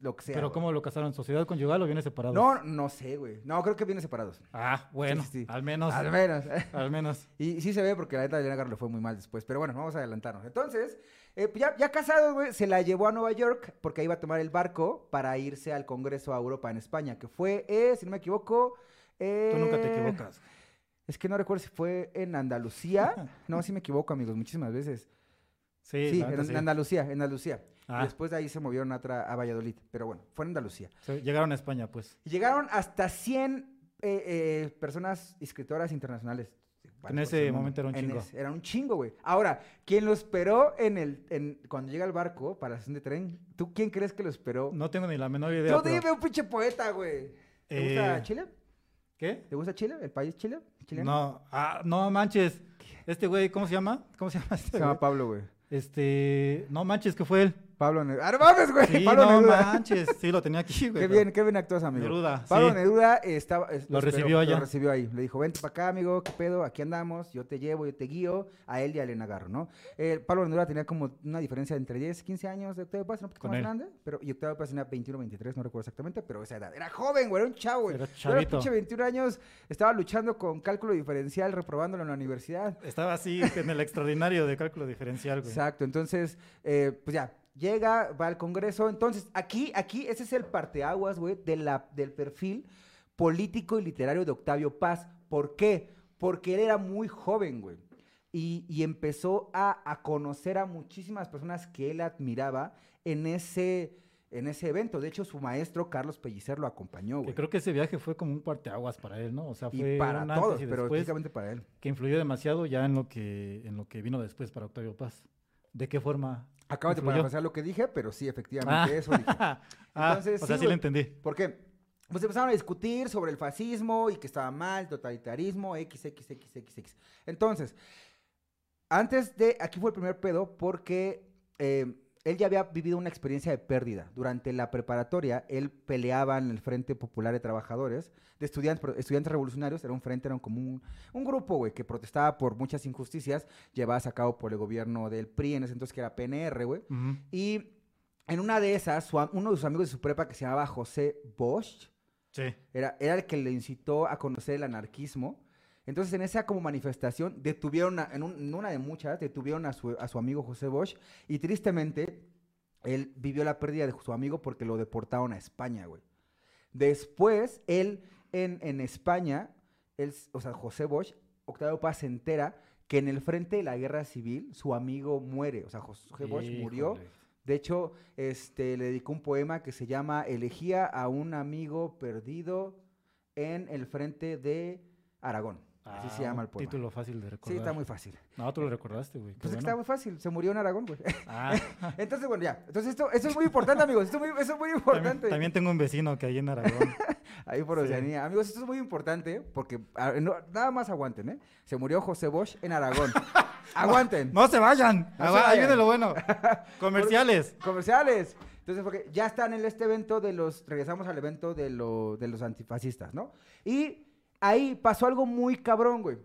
Speaker 1: Lo que sea.
Speaker 2: Pero
Speaker 1: güey.
Speaker 2: ¿cómo lo casaron? ¿Sociedad conyugal o viene separado?
Speaker 1: No, no sé, güey. No, creo que vienen separados.
Speaker 2: Ah, bueno.
Speaker 1: Sí, sí.
Speaker 2: Al menos.
Speaker 1: Al menos.
Speaker 2: Al menos.
Speaker 1: Y sí se ve porque la neta de Ariana Garro le fue muy mal después. Pero bueno, vamos a adelantarnos. Entonces, eh, ya, ya casado, güey, se la llevó a Nueva York porque iba a tomar el barco para irse al Congreso a Europa en España, que fue, eh, si no me equivoco.
Speaker 2: Tú nunca te
Speaker 1: eh,
Speaker 2: equivocas.
Speaker 1: Es que no recuerdo si fue en Andalucía. No, sí me equivoco, amigos, muchísimas veces.
Speaker 2: Sí,
Speaker 1: Sí,
Speaker 2: la neta
Speaker 1: en
Speaker 2: sí.
Speaker 1: Andalucía, en Andalucía. Y
Speaker 2: Ah.
Speaker 1: después de ahí se movieron a, otra- a Valladolid, pero bueno, fue en Andalucía.
Speaker 2: Se- Llegaron a España, pues.
Speaker 1: Y llegaron hasta 100 eh, eh, personas escritoras internacionales. Para
Speaker 2: En ese
Speaker 1: conocer el mundo.
Speaker 2: momento era un
Speaker 1: En
Speaker 2: chingo.
Speaker 1: ese- era un chingo, güey. Ahora, quien lo esperó en el, en- cuando llega el barco para la estación de tren? ¿Tú quién crees que lo esperó?
Speaker 2: No tengo ni la menor idea.
Speaker 1: Yo
Speaker 2: pero-
Speaker 1: dime un pinche poeta, güey. ¿Te
Speaker 2: Eh,
Speaker 1: gusta Chile?
Speaker 2: ¿Qué?
Speaker 1: ¿Te gusta Chile? ¿El país Chile? ¿Chileno?
Speaker 2: No, ah, no manches. Este güey, ¿cómo se llama? ¿Cómo se llama este?
Speaker 1: Se llama
Speaker 2: güey?
Speaker 1: Pablo, güey.
Speaker 2: Este, no manches, que fue él.
Speaker 1: Pablo Neruda. ¡Ah, no mames, güey!
Speaker 2: Sí,
Speaker 1: Pablo
Speaker 2: no
Speaker 1: Neruda.
Speaker 2: manches, sí lo tenía aquí, güey.
Speaker 1: Qué
Speaker 2: pero-
Speaker 1: bien, qué bien actúas, amigo.
Speaker 2: Neruda,
Speaker 1: Pablo
Speaker 2: sí.
Speaker 1: Neruda estaba. es-
Speaker 2: Lo
Speaker 1: esperó,
Speaker 2: recibió allá.
Speaker 1: Lo recibió ahí. Le dijo, vente para acá, amigo, qué pedo, aquí andamos, yo te llevo, yo te guío, a él y a Elena Garro, ¿no? Eh, Pablo Neruda tenía como una diferencia entre 10, 15 años de Octavio Paz, era un poquito
Speaker 2: Con
Speaker 1: más
Speaker 2: él.
Speaker 1: grande, pero, y Octavio Paz tenía 21, 23, no recuerdo exactamente, pero esa edad. Era joven, güey, era un chavo, güey.
Speaker 2: Era
Speaker 1: Yo Era
Speaker 2: chavito.
Speaker 1: pinche 21 años, estaba luchando con cálculo diferencial, reprobándolo en la universidad.
Speaker 2: Estaba así en el extraordinario de cálculo diferencial, güey.
Speaker 1: Exacto, entonces, eh, pues ya, llega, va al Congreso. Entonces, aquí, aquí, ese es el parteaguas, güey, de la- del perfil político y literario de Octavio Paz. ¿Por qué? Porque él era muy joven, güey. Y, y empezó a, a conocer a muchísimas personas que él admiraba en ese, en ese evento. De hecho, su maestro, Carlos Pellicer, lo acompañó,
Speaker 2: Que
Speaker 1: güey.
Speaker 2: creo que ese viaje fue como un parteaguas para él, ¿no? O sea, fue
Speaker 1: Y para
Speaker 2: un antes
Speaker 1: todos,
Speaker 2: y
Speaker 1: pero
Speaker 2: después
Speaker 1: específicamente para él.
Speaker 2: que influyó demasiado ya en lo que en lo que vino después para Octavio Paz. ¿De qué forma?
Speaker 1: Acabo de
Speaker 2: influyó?
Speaker 1: parafrasear lo que dije, pero sí, efectivamente,
Speaker 2: Ah.
Speaker 1: eso dije.
Speaker 2: Ah,
Speaker 1: Entonces,
Speaker 2: o sea,
Speaker 1: sí,
Speaker 2: sí lo
Speaker 1: güey.
Speaker 2: entendí.
Speaker 1: Porque pues empezaron a discutir sobre el fascismo y que estaba mal, totalitarismo, XXXXX. Entonces, antes de, aquí fue el primer pedo porque eh, él ya había vivido una experiencia de pérdida. Durante la preparatoria, él peleaba en el Frente Popular de Trabajadores, de estudiantes, pro- estudiantes revolucionarios, era un frente, era como un, un grupo, güey, que protestaba por muchas injusticias llevadas a cabo por el gobierno del PRI, en ese entonces que era PNR, güey.
Speaker 2: Ujú.
Speaker 1: Y en una de esas, su am- uno de sus amigos de su prepa que se llamaba José Bosch,
Speaker 2: Sí.
Speaker 1: era, era el que le incitó a conocer el anarquismo. Entonces, en esa como manifestación, detuvieron, a- en, un- en una de muchas, detuvieron a su, a su amigo José Bosch y tristemente, él vivió la pérdida de su amigo porque lo deportaron a España, güey. Después, él en, en España, él, s- o sea, José Bosch, Octavio Paz se entera que en el frente de la guerra civil su amigo muere. O sea, José Bosch murió
Speaker 2: Híjole.
Speaker 1: de hecho, este, le dedicó un poema que se llama Elegía a un amigo perdido en el frente de Aragón. Así se
Speaker 2: Ah,
Speaker 1: llama
Speaker 2: un
Speaker 1: el poema.
Speaker 2: Título fácil de
Speaker 1: Sí,
Speaker 2: recordar.
Speaker 1: está muy fácil.
Speaker 2: No, tú lo recordaste, güey. qué
Speaker 1: Pues es que está
Speaker 2: bueno.
Speaker 1: muy fácil. Se murió en Aragón, güey.
Speaker 2: Ah,
Speaker 1: Entonces, bueno, ya. Entonces, esto, esto es muy importante, amigos. Esto es muy, eso es muy
Speaker 2: también,
Speaker 1: importante.
Speaker 2: también tengo un vecino que hay en Aragón.
Speaker 1: Ahí por
Speaker 2: Sí.
Speaker 1: Oceanía. Amigos, esto es muy importante porque ah, no- nada más aguanten, ¿eh? Se murió José Bosch en Aragón. aguanten.
Speaker 2: ¡No se vayan!
Speaker 1: No
Speaker 2: Ah,
Speaker 1: se
Speaker 2: va, Ahí
Speaker 1: vayan.
Speaker 2: viene lo bueno. Comerciales.
Speaker 1: comerciales. Entonces, porque ya están en este evento de los, regresamos al evento de, lo- de los antifascistas, ¿no? Y ahí pasó algo muy cabrón, güey.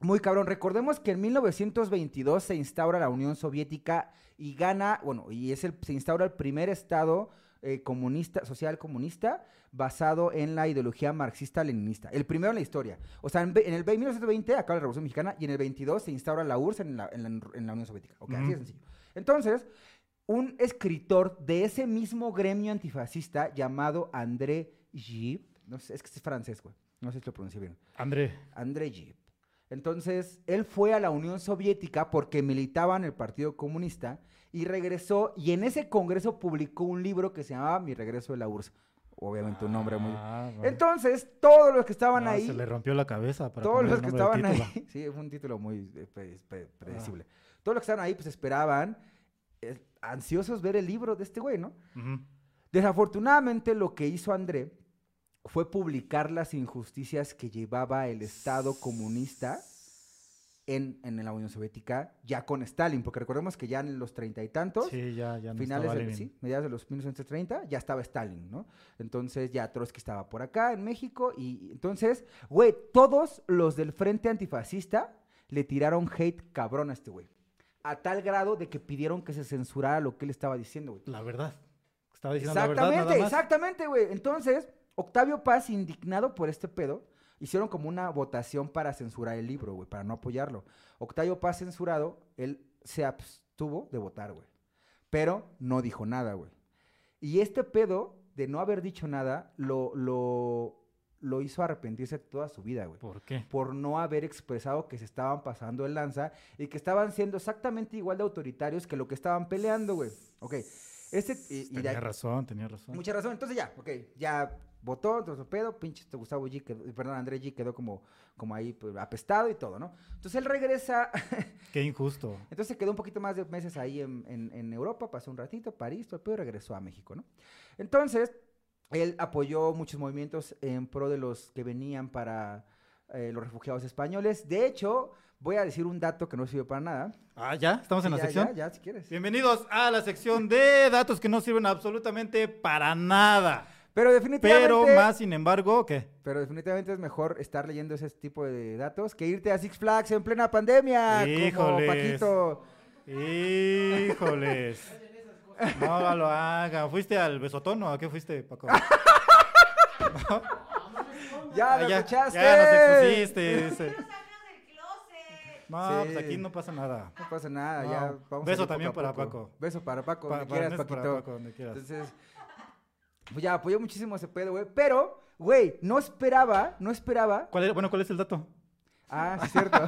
Speaker 1: Muy cabrón. Recordemos que en 1922 se instaura la Unión Soviética y gana, bueno, y es el, se instaura el primer estado eh, comunista, social comunista, basado en la ideología marxista-leninista. El primero en la historia. O sea, en, ve- en el ve- 1920 acaba la Revolución Mexicana y en el 22 se instaura la URSS en la, en la- en la Unión Soviética. Ok, así
Speaker 2: Ujú.
Speaker 1: de sencillo. Entonces, un escritor de ese mismo gremio antifascista llamado André Gide, no sé, es que es francés, güey. No sé si lo pronuncié bien.
Speaker 2: André,
Speaker 1: André Gide. Entonces, él fue a la Unión Soviética porque militaba en el Partido Comunista y regresó y en ese congreso publicó un libro que se llamaba Mi regreso de la URSS. Obviamente un nombre muy...
Speaker 2: Ah, bueno.
Speaker 1: Entonces, todos los que estaban
Speaker 2: Ah,
Speaker 1: ahí
Speaker 2: Se le rompió la cabeza. Para
Speaker 1: todos
Speaker 2: poner
Speaker 1: los
Speaker 2: el
Speaker 1: que
Speaker 2: nombre
Speaker 1: estaban
Speaker 2: del título. Ah.
Speaker 1: ahí, sí, fue un título muy eh, pre- pre- predecible. Todos los que estaban ahí, pues esperaban, eh, ansiosos ver el libro de este güey, ¿no?
Speaker 2: Ujú.
Speaker 1: Desafortunadamente, lo que hizo André fue publicar las injusticias que llevaba el Estado comunista en, en la Unión Soviética, ya con Stalin, porque recordemos que ya en los treinta y tantos,
Speaker 2: Sí, ya, ya no
Speaker 1: finales
Speaker 2: estaba
Speaker 1: de,
Speaker 2: Lenin.
Speaker 1: sí, mediados de los 1930, ya estaba Stalin, ¿no? Entonces ya Trotsky estaba por acá en México y y entonces, güey, todos los del frente antifascista le tiraron hate cabrón a este güey. A tal grado de que pidieron que se censurara lo que él estaba diciendo, güey.
Speaker 2: La verdad. Estaba diciendo la verdad.
Speaker 1: Exactamente,
Speaker 2: nada más.
Speaker 1: exactamente, güey. Entonces, Octavio Paz, indignado por este pedo, hicieron como una votación para censurar el libro, güey, para no apoyarlo. Octavio Paz censurado, él se abstuvo de votar, güey. Pero no dijo nada, güey. Y este pedo de no haber dicho nada lo, lo, lo hizo arrepentirse toda su vida, güey
Speaker 2: ¿Por qué?
Speaker 1: por no haber expresado que se estaban pasando el lanza y que estaban siendo exactamente igual de autoritarios que lo que estaban peleando, güey. Ok. Este, y- y de
Speaker 2: Tenía
Speaker 1: ahí-
Speaker 2: razón, tenía razón.
Speaker 1: Mucha razón. Entonces ya, ok, ya votó, entonces pedo, pinche este Gustavo G, quedó- perdón, Andrés G quedó como, como ahí pues, apestado y todo, ¿no? Entonces él regresa,
Speaker 2: Qué injusto.
Speaker 1: entonces se quedó un poquito más de meses ahí en, en- en Europa, pasó un ratito, París, todo el pedo, y regresó a México, ¿no? Entonces, él apoyó muchos movimientos en pro de los que venían para eh, los refugiados españoles. De hecho, voy a decir un dato que no sirvió para nada.
Speaker 2: Ah, ya, estamos en
Speaker 1: Sí,
Speaker 2: la
Speaker 1: ya,
Speaker 2: sección.
Speaker 1: Ya, ya, si quieres.
Speaker 2: Bienvenidos a la sección de datos que no sirven absolutamente para nada.
Speaker 1: Pero definitivamente...
Speaker 2: Pero más, sin embargo, ¿qué?
Speaker 1: Pero definitivamente es mejor estar leyendo ese tipo de datos que irte a Six Flags en plena pandemia. Como
Speaker 2: Híjoles.
Speaker 1: Paquito.
Speaker 2: Híjoles. No lo hagan. ¿Fuiste al besotón o a qué fuiste, Paco?
Speaker 1: Ya
Speaker 2: Ah,
Speaker 1: Ah, lo
Speaker 2: ya,
Speaker 1: escuchaste.
Speaker 2: ya nos expusiste. dice.
Speaker 3: Nos sacas del closet.
Speaker 2: No,
Speaker 1: Sí.
Speaker 2: pues aquí no pasa nada.
Speaker 1: No pasa nada,
Speaker 2: No.
Speaker 1: ya vamos a
Speaker 2: Beso
Speaker 1: ir poco
Speaker 2: también
Speaker 1: a
Speaker 2: para
Speaker 1: poco.
Speaker 2: Paco.
Speaker 1: Beso para Paco,
Speaker 2: Pa-
Speaker 1: donde
Speaker 2: para-
Speaker 1: quieras,
Speaker 2: para
Speaker 1: Paquito.
Speaker 2: Paco, donde quieras.
Speaker 1: Entonces, pues ya apoyó muchísimo ese pedo, güey. Pero, güey, no esperaba, no esperaba.
Speaker 2: ¿Cuál era- Bueno, ¿cuál es el dato?
Speaker 1: Ah, sí, es cierto.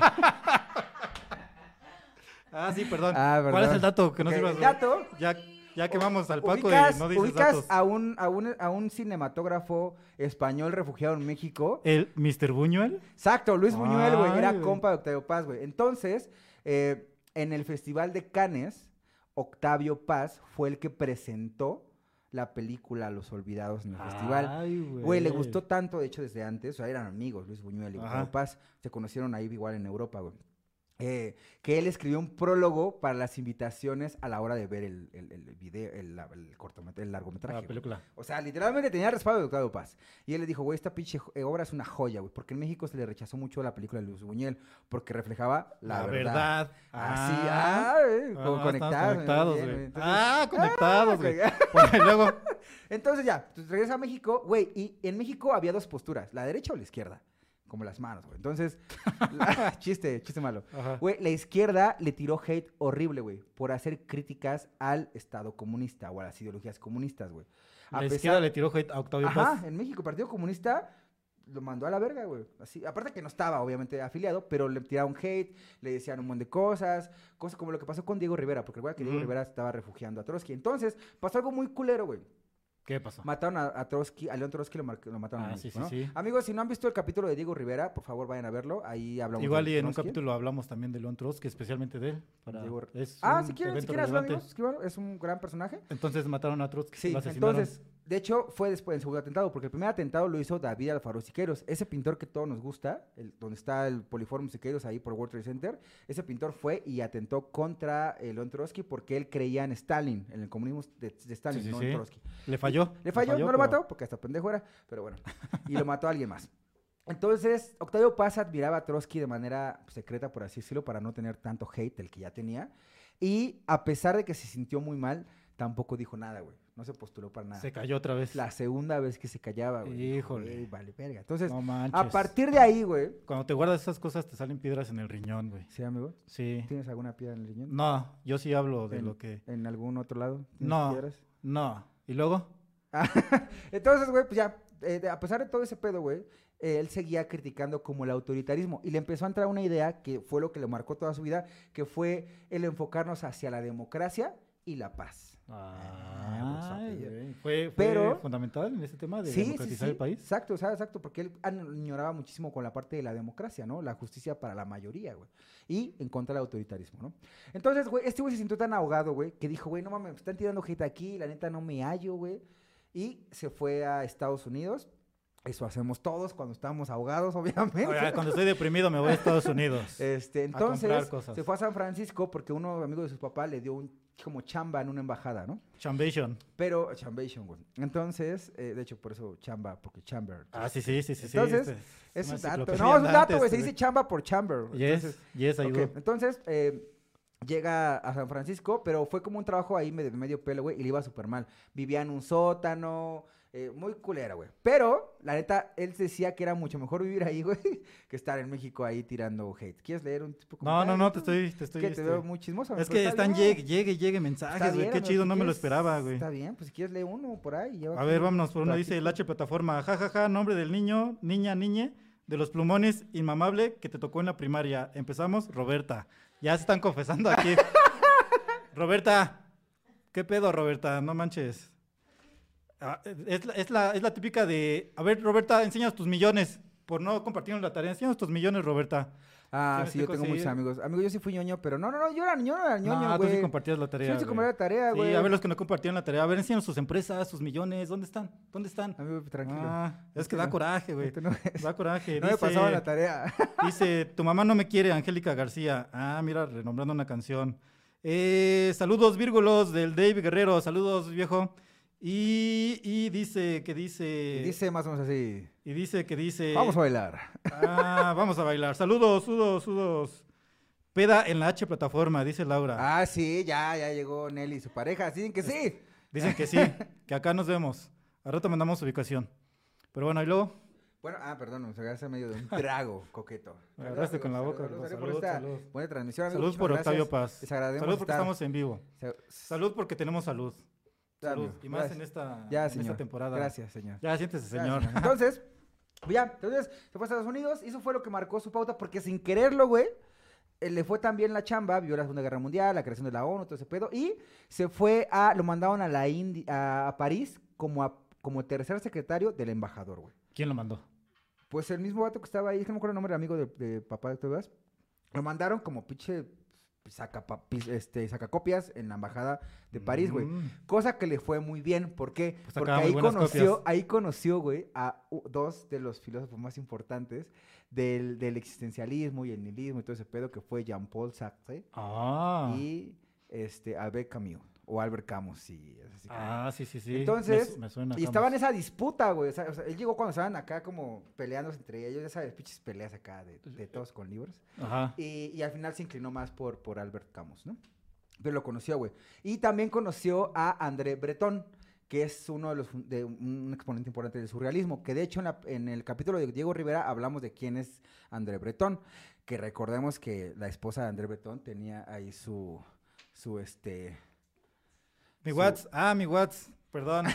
Speaker 2: Ah, sí, perdón.
Speaker 1: Ah,
Speaker 2: ¿Cuál es
Speaker 1: perdón.
Speaker 2: el dato que no
Speaker 1: Ok,
Speaker 2: sirve?
Speaker 1: dato.
Speaker 2: Ya, ya quemamos al Paco
Speaker 1: ubicas,
Speaker 2: y no dices
Speaker 1: ubicas
Speaker 2: datos.
Speaker 1: A, un, a, un, a un cinematógrafo español refugiado en México.
Speaker 2: ¿El Mr. Buñuel?
Speaker 1: Exacto, Luis Buñuel, güey,
Speaker 2: Ay,
Speaker 1: era
Speaker 2: güey.
Speaker 1: compa de Octavio Paz, güey. Entonces, eh, en el Festival de Cannes, Octavio Paz fue el que presentó la película Los Olvidados en el festival.
Speaker 2: Ay,
Speaker 1: Güey, le gustó tanto, de hecho, desde antes, o sea, eran amigos, Luis Buñuel y
Speaker 2: Ajá.
Speaker 1: Octavio Paz, se conocieron ahí igual en Europa, güey. Eh, que él escribió un prólogo para las invitaciones a la hora de ver el, el- el video, el, el cortomet- el largometraje.
Speaker 2: la
Speaker 1: güey.
Speaker 2: película.
Speaker 1: O sea, literalmente tenía respaldo de Octavio Paz. Y él le dijo, güey, esta pinche jo- eh, obra es una joya, güey. Porque en México se le rechazó mucho la película de Luis Buñuel, porque reflejaba la, verdad. Así, ah, eh, como
Speaker 2: ah, estamos
Speaker 1: conectados. muy
Speaker 2: conectados,
Speaker 1: bien,
Speaker 2: güey.
Speaker 1: güey. Entonces,
Speaker 2: ah, conectados, güey.
Speaker 1: güey.
Speaker 2: Porque luego,
Speaker 1: Entonces ya, pues, regresa a México, güey, y en México había dos posturas, la derecha o la izquierda, como las manos, güey. Entonces, la- chiste, chiste malo.
Speaker 2: Ajá.
Speaker 1: Güey, la izquierda le tiró hate horrible, güey, por hacer críticas al Estado comunista o a las ideologías comunistas, güey. A
Speaker 2: la
Speaker 1: pesar-
Speaker 2: izquierda le tiró hate a Octavio
Speaker 1: Ajá,
Speaker 2: Paz.
Speaker 1: en México, el Partido Comunista lo mandó a la verga, güey. Así, aparte que no estaba, obviamente, afiliado, pero le tiraron hate, le decían un montón de cosas, cosas como lo que pasó con Diego Rivera, porque recuerda que Diego
Speaker 2: Ujú.
Speaker 1: Rivera estaba refugiando a Trotsky. Entonces, pasó algo muy culero, güey.
Speaker 2: ¿Qué pasó?
Speaker 1: Mataron a, a Trotsky, a León Trotsky lo, mar- lo mataron.
Speaker 2: Ah,
Speaker 1: en
Speaker 2: sí,
Speaker 1: México,
Speaker 2: sí,
Speaker 1: ¿no?
Speaker 2: sí.
Speaker 1: Amigos, si no han visto el capítulo de Diego Rivera, por favor vayan a verlo. Ahí hablamos.
Speaker 2: Igual
Speaker 1: de
Speaker 2: y en un
Speaker 1: Trotsky.
Speaker 2: capítulo hablamos también de León Trotsky, especialmente de él. para-
Speaker 1: Diego-
Speaker 2: es
Speaker 1: Ah,
Speaker 2: un
Speaker 1: si quieren, si
Speaker 2: evento
Speaker 1: quieren, hacerlo,
Speaker 2: relevante.
Speaker 1: amigos, escríbanlo, es un gran personaje.
Speaker 2: Entonces mataron a Trotsky,
Speaker 1: Sí,
Speaker 2: lo asesinaron.
Speaker 1: entonces, de hecho, fue después del segundo atentado, porque el primer atentado lo hizo David Alfaro Siqueiros, ese pintor que todos nos gusta, el- donde está el Poliforum Siqueiros ahí por World Trade Center, ese pintor fue y atentó contra el León Trotsky porque él creía en Stalin, en el comunismo de, de Stalin,
Speaker 2: Sí, sí,
Speaker 1: no
Speaker 2: sí.
Speaker 1: en Trotsky.
Speaker 2: le falló.
Speaker 1: Le falló, no lo
Speaker 2: pero-
Speaker 1: mató, porque hasta pendejo era, pero bueno. Y lo mató a alguien más. Entonces, Octavio Paz admiraba a Trotsky de manera secreta, por así decirlo, para no tener tanto hate el que ya tenía. Y a pesar de que se sintió muy mal, tampoco dijo nada, güey. No se postuló para nada.
Speaker 2: Se cayó otra vez.
Speaker 1: La segunda vez que se callaba, güey. Dijo,
Speaker 2: Híjole.
Speaker 1: "Güey, vale, verga. Entonces,
Speaker 2: No manches.
Speaker 1: a partir de ahí, güey.
Speaker 2: Cuando te guardas esas cosas te salen piedras en el riñón, güey.
Speaker 1: ¿Sí, amigo?
Speaker 2: Sí.
Speaker 1: ¿Tienes alguna piedra en el riñón?
Speaker 2: No, yo sí hablo de
Speaker 1: En-
Speaker 2: lo que...
Speaker 1: ¿En algún otro lado? ¿Tienes
Speaker 2: No.
Speaker 1: piedras?
Speaker 2: No. ¿Y luego?
Speaker 1: Entonces, güey, pues ya, eh, de- a pesar de todo ese pedo, güey, eh, él seguía criticando como el autoritarismo y le empezó a entrar una idea que fue lo que le marcó toda su vida, que fue el enfocarnos hacia la democracia y la paz. Ah,
Speaker 2: Ay,
Speaker 1: pues,
Speaker 2: güey. fue, fue
Speaker 1: Pero-
Speaker 2: fundamental en este tema de
Speaker 1: Sí, sí,
Speaker 2: democratizar
Speaker 1: sí,
Speaker 2: el país.
Speaker 1: Exacto, o sea, exacto, porque él añoraba muchísimo con la parte de la democracia, ¿no? La justicia para la mayoría, güey. Y en contra del autoritarismo, ¿no? Entonces, güey, este güey se sintió tan ahogado, güey, que dijo, güey, no mames, me están tirando hate aquí, la neta no me hallo, güey. Y se fue a Estados Unidos. Eso hacemos todos cuando estamos ahogados, obviamente.
Speaker 2: Ahora, Cuando estoy deprimido me voy a Estados Unidos.
Speaker 1: Este,
Speaker 2: comprar
Speaker 1: entonces
Speaker 2: cosas.
Speaker 1: se fue a San Francisco porque uno amigo de su papá le dio un como chamba en una embajada, ¿no?
Speaker 2: Chambation.
Speaker 1: Pero chambation, güey. Entonces, eh, de hecho por eso chamba, porque chamber.
Speaker 2: Ah, sí, sí, sí, sí. sí,
Speaker 1: Entonces,
Speaker 2: este
Speaker 1: es
Speaker 2: una
Speaker 1: un dato.
Speaker 2: enciclopedia
Speaker 1: No, es un dato,
Speaker 2: andante
Speaker 1: güey. Se
Speaker 2: este,
Speaker 1: dice chamba por chamber. güey.
Speaker 2: Yes,
Speaker 1: pues, Entonces,
Speaker 2: yes, I
Speaker 1: ok,
Speaker 2: do.
Speaker 1: entonces, eh, llega a San Francisco, pero fue como un trabajo ahí medio, medio pelo, güey, y le iba súper mal. Vivía en un sótano, eh, muy culera, güey. Pero, la neta, él decía que era mucho mejor vivir ahí, güey, que estar en México ahí tirando hate. ¿Quieres leer un tipo
Speaker 2: No, no,
Speaker 1: comentario?
Speaker 2: no, te estoy, te
Speaker 1: Es pues,
Speaker 2: estoy.
Speaker 1: que
Speaker 2: este,
Speaker 1: te veo muy chismoso.
Speaker 2: Es
Speaker 1: pero
Speaker 2: que
Speaker 1: está
Speaker 2: están
Speaker 1: bien.
Speaker 2: llegue, llegue, llegue
Speaker 1: Está
Speaker 2: mensajes, güey.
Speaker 1: bien,
Speaker 2: Qué
Speaker 1: amigo,
Speaker 2: chido,
Speaker 1: si
Speaker 2: no me lo
Speaker 1: quieres-
Speaker 2: esperaba, güey.
Speaker 1: Está bien, pues si quieres lee uno por ahí. lleva
Speaker 2: A
Speaker 1: aquí
Speaker 2: ver,
Speaker 1: un
Speaker 2: vámonos por uno. Dice el
Speaker 1: ratito.
Speaker 2: H plataforma. Ja, ja, ja, nombre del niño, niña, niñe, de los plumones, inmamable, que te tocó en la primaria. Empezamos, Roberta. Ya se están confesando aquí. Roberta, ¿qué pedo, Roberta? No manches. Ah, Es la, es la- es la típica de, a ver, Roberta, enséñanos tus millones. Por no compartirnos la tarea, enséñanos tus millones, Roberta.
Speaker 1: Ah,
Speaker 2: me
Speaker 1: sí, yo
Speaker 2: explico?
Speaker 1: tengo muchos
Speaker 2: Sí.
Speaker 1: amigos. Amigo, yo sí fui ñoño, pero no, no, no, yo era, yo no era ñoño,
Speaker 2: no, tú
Speaker 1: güey.
Speaker 2: sí compartías la tarea.
Speaker 1: Yo sí
Speaker 2: güey.
Speaker 1: compartía la tarea,
Speaker 2: Sí,
Speaker 1: güey.
Speaker 2: a ver los que no compartieron la tarea. A ver, enséñanos sus empresas, sus millones. ¿Dónde están? ¿Dónde están?
Speaker 1: Amigo, tranquilo.
Speaker 2: Ah, es que da
Speaker 1: Tranquilo.
Speaker 2: coraje,
Speaker 1: No
Speaker 2: güey.
Speaker 1: te enojes.
Speaker 2: Da coraje.
Speaker 1: No me
Speaker 2: dice,
Speaker 1: pasaba la tarea.
Speaker 2: dice, tu mamá no me quiere, Angélica García. Ah, mira, renombrando una canción. Eh, saludos, vírgulos, del Dave Guerrero. Saludos, viejo. Y, y dice que dice.
Speaker 1: Y Dice más o menos así.
Speaker 2: y dice que dice.
Speaker 1: Vamos a bailar.
Speaker 2: Ah, vamos a bailar. Saludos, sudos, sudos. Peda en la H plataforma, dice Laura.
Speaker 1: Ah, sí, ya, ya llegó Nelly y su pareja. Así que sí.
Speaker 2: Este Dicen que sí, que acá nos vemos. Al rato mandamos su ubicación. Pero bueno, y luego.
Speaker 1: Bueno, ah, perdón, me sacaste en medio de un trago coqueto.
Speaker 2: Me agarraste con la boca,
Speaker 1: Saludos,
Speaker 2: Rafa.
Speaker 1: saludos por
Speaker 2: Salud,
Speaker 1: esta
Speaker 2: salud.
Speaker 1: buena transmisión. amigo.
Speaker 2: Salud por
Speaker 1: Muchísimas gracias.
Speaker 2: Octavio Paz.
Speaker 1: Les agradecemos
Speaker 2: Salud porque
Speaker 1: estar-
Speaker 2: estamos en vivo.
Speaker 1: Sa-
Speaker 2: Salud porque tenemos salud. Salud.
Speaker 1: amigo.
Speaker 2: Y más en
Speaker 1: Gracias.
Speaker 2: esta,
Speaker 1: Ya,
Speaker 2: en
Speaker 1: señor.
Speaker 2: esta temporada.
Speaker 1: Gracias, señor.
Speaker 2: Ya, siéntese,
Speaker 1: Ya,
Speaker 2: señor.
Speaker 1: señor. Entonces, pues ya, entonces se fue a Estados Unidos y eso fue lo que marcó su pauta porque sin quererlo, güey, eh, le fue tan bien la chamba, vio la Segunda Guerra Mundial, la creación de la ONU, todo ese pedo, y se fue a, lo mandaron a la Indi- a, a París como, a- como tercer secretario del embajador, güey.
Speaker 2: ¿Quién lo mandó?
Speaker 1: Pues el mismo vato que estaba ahí, es que no me acuerdo el nombre del amigo de, de papá de Tebas, lo mandaron como pinche sacapa- pis- este, sacacopias en la embajada de París, güey.
Speaker 2: Mm.
Speaker 1: Cosa que le fue muy bien. ¿Por qué?
Speaker 2: Pues
Speaker 1: Porque
Speaker 2: sacaba muy
Speaker 1: ahí
Speaker 2: buenas
Speaker 1: conoció,
Speaker 2: copias.
Speaker 1: ahí conoció, güey, a u- dos de los filósofos más importantes del, del existencialismo y el nihilismo y todo ese pedo que fue Jean-Paul Sartre
Speaker 2: Ah.
Speaker 1: y este, Albert Camus. O Albert Camus, sí. es así como-
Speaker 2: Ah, sí, sí, sí.
Speaker 1: Entonces,
Speaker 2: Me su- me suena,
Speaker 1: y estaban en
Speaker 2: Camus.
Speaker 1: esa disputa, güey. O sea, o sea, él llegó cuando estaban acá como peleándose entre ellos, ya sabes, pinches peleas acá de,
Speaker 2: Pues,
Speaker 1: de todos con libros.
Speaker 2: Ajá.
Speaker 1: Y, y al final se inclinó más por, por Albert Camus, ¿no? Pero lo conoció, güey. Y también conoció a André Breton, que es uno de los fun- de un exponente importante del surrealismo, que de hecho en, la- en el capítulo de Diego Rivera hablamos de quién es André Breton, que recordemos que la esposa de André Breton tenía ahí su su este
Speaker 2: Mi
Speaker 1: su-
Speaker 2: Watts. Ah, mi Watts. Perdón.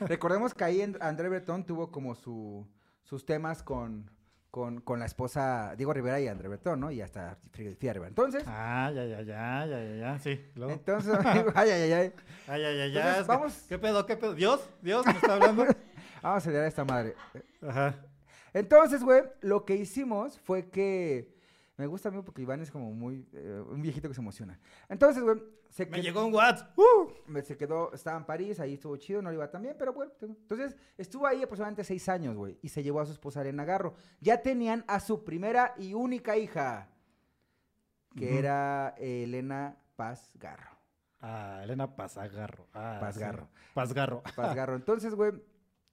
Speaker 1: recordemos que ahí en- André Breton tuvo como su sus temas con con, con la esposa Diego Rivera y André Breton, ¿no? Y hasta Frida Frida Rivera. Entonces,
Speaker 2: ah, ya, ya, ya, ya, ya, ya. Sí. luego.
Speaker 1: entonces, amigo, ay, ay, ay, ay.
Speaker 2: Ay, ay, ay,
Speaker 1: Entonces,
Speaker 2: ya. es que-
Speaker 1: vamos-
Speaker 2: ¿Qué pedo, qué pedo? ¿Dios? ¿Dios me está hablando?
Speaker 1: Vamos a acelerar esta madre.
Speaker 2: Ajá.
Speaker 1: Entonces, güey, lo que hicimos fue que. Me gusta a mí porque Iván es como muy. eh, un viejito que se emociona. Entonces, güey, se,
Speaker 2: Me
Speaker 1: que-
Speaker 2: llegó un Watts. ¡Uh!
Speaker 1: me- se quedó. Estaba en París, ahí estuvo chido, no le iba tan bien, pero bueno. te- Entonces, estuvo ahí aproximadamente seis años, güey, y se llevó a su esposa Elena Garro. Ya tenían a su primera y única hija, que
Speaker 2: Ujú.
Speaker 1: era eh, Elena Paz Garro.
Speaker 2: Ah, Elena Pazagarro. Ah,
Speaker 1: Paz
Speaker 2: sí.
Speaker 1: Garro.
Speaker 2: Pazgarro.
Speaker 1: Paz Garro. Entonces, güey,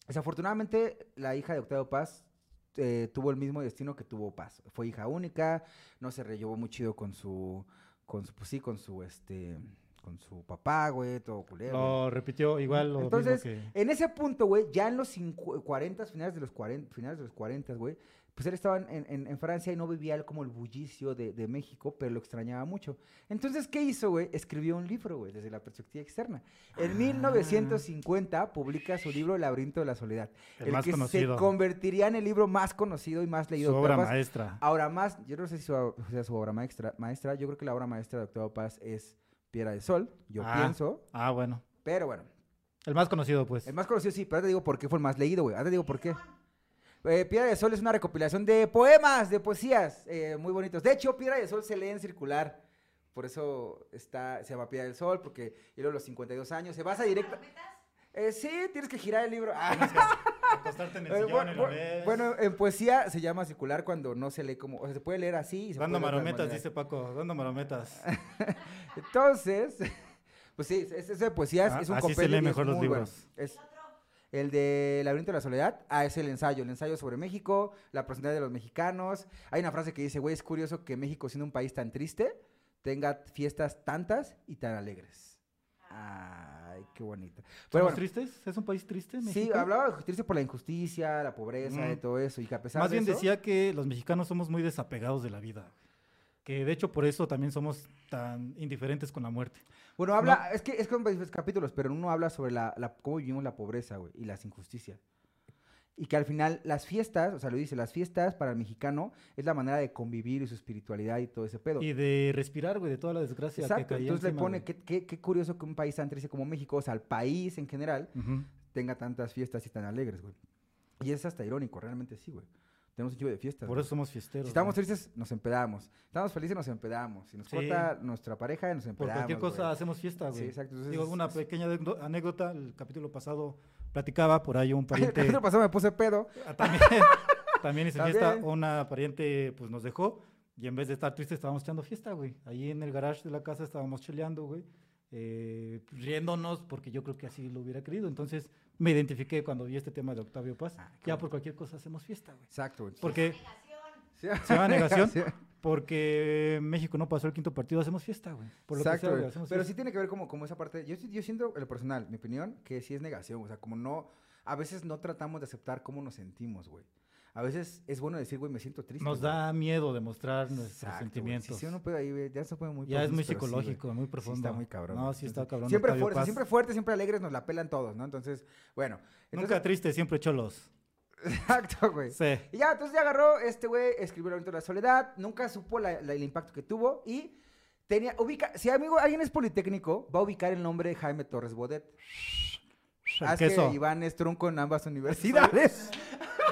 Speaker 1: desafortunadamente la hija de Octavio Paz eh, tuvo el mismo destino que tuvo Paz. Fue hija única, no se rellevó muy chido con su, con su, pues sí, con su, este, con su papá, güey, todo culero.
Speaker 2: Lo repitió igual lo
Speaker 1: Entonces,
Speaker 2: mismo que...
Speaker 1: En ese punto, güey, ya en los 40, finales de los 40, finales de los 40, güey, pues él estaba en, en- en Francia y no vivía el- como el bullicio de, de México, pero lo extrañaba mucho. Entonces, ¿qué hizo, güey? Escribió un libro, güey, desde la perspectiva externa. En
Speaker 2: Ah.
Speaker 1: 1950 publica su libro El laberinto de la soledad,
Speaker 2: El más
Speaker 1: que
Speaker 2: conocido.
Speaker 1: se convertiría en el libro más conocido y más leído
Speaker 2: Su
Speaker 1: de
Speaker 2: obra
Speaker 1: Octavio Paz.
Speaker 2: maestra.
Speaker 1: Ahora más, yo no sé si su, sea su obra maestra, maestra, yo creo que la obra maestra de Octavio Paz es Piedra del Sol, yo
Speaker 2: Ah.
Speaker 1: pienso,
Speaker 2: Ah, bueno.
Speaker 1: pero bueno.
Speaker 2: El más conocido, pues.
Speaker 1: El más conocido sí, pero ahora te digo por qué fue el más leído, güey. Ahora te digo por qué. Eh, Piedra de Sol es una recopilación de poemas, de poesías, eh, muy bonitos. De hecho, Piedra de Sol se lee en circular. Por eso está, se llama Piedra del Sol, porque y luego los 52 años se basa directo. Eh, sí, tienes que girar el libro. Ah.
Speaker 2: Acostarte en
Speaker 1: Eh, bueno, bueno, bueno, en poesía se llama circular cuando no se lee como. O sea, se puede leer así. Y se
Speaker 2: Dando
Speaker 1: puede leer de otra
Speaker 2: marometas,
Speaker 1: manera.
Speaker 2: dice Paco. Dando marometas.
Speaker 1: Entonces, pues sí, es, es de poesías.
Speaker 2: Ah,
Speaker 1: es un
Speaker 2: así se
Speaker 1: compendio
Speaker 2: leen
Speaker 1: y es
Speaker 2: mejor los
Speaker 1: muy bueno.
Speaker 2: libros.
Speaker 1: Es- El de Laberinto de la Soledad, ah, es el ensayo, el ensayo sobre México, la personalidad de los mexicanos. Hay una frase que dice, güey, es curioso que México, siendo un país tan triste, tenga fiestas tantas y tan alegres. Ay, qué bonito. Pero bueno,
Speaker 2: ¿Somos tristes? ¿Es un país triste?
Speaker 1: sí,
Speaker 2: México?
Speaker 1: hablaba de triste por la injusticia, la pobreza, de
Speaker 2: Mm.
Speaker 1: todo eso, y que a pesar
Speaker 2: Más
Speaker 1: de
Speaker 2: bien
Speaker 1: eso-
Speaker 2: decía que los mexicanos somos muy desapegados de la vida. Que de hecho por eso también somos tan indiferentes con la muerte.
Speaker 1: Bueno, habla, es que es con varios capítulos, pero uno habla sobre la, la- cómo vivimos la pobreza, güey, y las injusticias. Y que al final las fiestas, o sea, lo dice, las fiestas para el mexicano es la manera de convivir y su espiritualidad y todo ese pedo.
Speaker 2: Y de respirar, güey, de toda la desgracia que
Speaker 1: Exacto,
Speaker 2: caía
Speaker 1: entonces le
Speaker 2: encima,
Speaker 1: pone,
Speaker 2: güey.
Speaker 1: qué, qué- qué curioso que un país tan triste como México, o sea, el país en general,
Speaker 2: Ujú.
Speaker 1: tenga tantas fiestas y tan alegres, güey. Y es hasta irónico, realmente sí, güey. Tenemos un chivo de fiestas.
Speaker 2: Por
Speaker 1: güey.
Speaker 2: eso somos fiesteros.
Speaker 1: Si estamos
Speaker 2: güey.
Speaker 1: tristes, nos empedamos. Estamos felices, nos empedamos. Si nos
Speaker 2: Sí.
Speaker 1: corta nuestra pareja, nos empedamos.
Speaker 2: Por cualquier cosa
Speaker 1: güey.
Speaker 2: hacemos fiesta,
Speaker 1: Sí,
Speaker 2: güey.
Speaker 1: exacto, entonces
Speaker 2: Digo,
Speaker 1: es-
Speaker 2: una
Speaker 1: es-
Speaker 2: pequeña anécdo- anécdota. El capítulo pasado platicaba por ahí un
Speaker 1: El
Speaker 2: pariente.
Speaker 1: capítulo pasado me puse pedo.
Speaker 2: Ah, También, también hizo fiesta.
Speaker 1: También.
Speaker 2: Una pariente pues nos dejó y en vez de estar tristes estábamos echando fiesta, güey. Ahí en el garage de la casa estábamos cheleando, güey. eh, riéndonos porque yo creo que así lo hubiera querido. Entonces me identifiqué cuando vi este tema de Octavio Paz.
Speaker 1: Ah, qué
Speaker 2: ya
Speaker 1: bueno.
Speaker 2: por cualquier cosa hacemos fiesta, güey.
Speaker 1: Exacto, güey.
Speaker 2: Porque,
Speaker 1: Sí.
Speaker 2: ¿Se llama negación?
Speaker 1: Sí.
Speaker 2: porque México no pasó el quinto partido, hacemos fiesta, güey. Por lo que
Speaker 1: Exacto,
Speaker 2: sea,
Speaker 1: güey.
Speaker 2: güey, hacemos
Speaker 1: Pero sí
Speaker 2: fiesta.
Speaker 1: tiene que ver como, como esa parte. Yo, sí- yo siento, en lo personal, mi opinión, que sí es negación. O sea, como no. A veces no tratamos de aceptar cómo nos sentimos, güey. A veces es bueno decir, güey, me siento triste.
Speaker 2: Nos
Speaker 1: güey.
Speaker 2: da miedo demostrar nuestros
Speaker 1: Exacto, güey.
Speaker 2: sentimientos.
Speaker 1: Sí, sí, uno puede ahí, güey, Ya se puede muy
Speaker 2: ya es
Speaker 1: profundo,
Speaker 2: muy
Speaker 1: pero sí, güey.
Speaker 2: psicológico, muy
Speaker 1: Sí
Speaker 2: profundo.
Speaker 1: está muy cabrón.
Speaker 2: No,
Speaker 1: güey.
Speaker 2: sí está
Speaker 1: Entonces,
Speaker 2: cabrón.
Speaker 1: Siempre
Speaker 2: Octavio
Speaker 1: fuerte,
Speaker 2: Paz.
Speaker 1: siempre fuerte, siempre alegres, nos la pelan todos, ¿no? Entonces, bueno.
Speaker 2: Nunca triste, siempre cholos.
Speaker 1: entonces- Exacto, güey.
Speaker 2: Sí.
Speaker 1: Y ya, entonces ya agarró este güey, escribió El Laberinto de la Soledad, nunca supo la- la- el impacto que tuvo y tenía, ubica, si amigo, alguien es politécnico, va a ubicar el nombre de Jaime Torres Bodet.
Speaker 2: El
Speaker 1: Haz
Speaker 2: queso.
Speaker 1: que Iván Ah, es tronco en ambas universidades.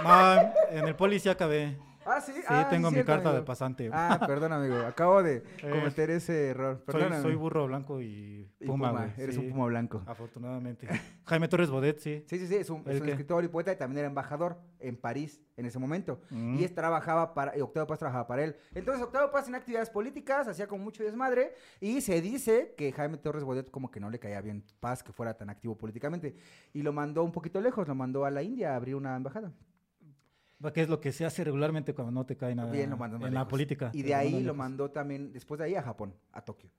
Speaker 2: No, en el poli sí acabé.
Speaker 1: Ah, sí,
Speaker 2: Sí,
Speaker 1: ah,
Speaker 2: tengo mi
Speaker 1: cierto,
Speaker 2: carta de
Speaker 1: amigo.
Speaker 2: pasante.
Speaker 1: Ah, perdón, amigo, acabo de cometer ese error.
Speaker 2: soy,
Speaker 1: Perdóname.
Speaker 2: soy burro blanco y
Speaker 1: Y
Speaker 2: puma, güey,
Speaker 1: eres
Speaker 2: sí,
Speaker 1: un puma blanco.
Speaker 2: Afortunadamente. Jaime Torres Bodet, sí.
Speaker 1: Sí, sí, sí, es un,
Speaker 2: ¿El
Speaker 1: es un
Speaker 2: qué?
Speaker 1: escritor y poeta y también era embajador en París en ese momento.
Speaker 2: Mm.
Speaker 1: Y es, trabajaba para, y Octavio Paz trabajaba para él. Entonces Octavio Paz en actividades políticas, hacía con mucho desmadre y se dice que Jaime Torres Bodet como que no le caía bien Paz que fuera tan activo políticamente. Y lo mandó un poquito lejos, lo mandó a la India a abrir una embajada.
Speaker 2: Mm, Que es lo que se hace regularmente cuando no te cae nada
Speaker 1: Bien, lo mandó más
Speaker 2: Ah, en la
Speaker 1: lejos.
Speaker 2: política.
Speaker 1: Y
Speaker 2: te
Speaker 1: de ahí
Speaker 2: mandan
Speaker 1: lo
Speaker 2: lejos.
Speaker 1: mandó también, después de ahí a Japón, a Tokio.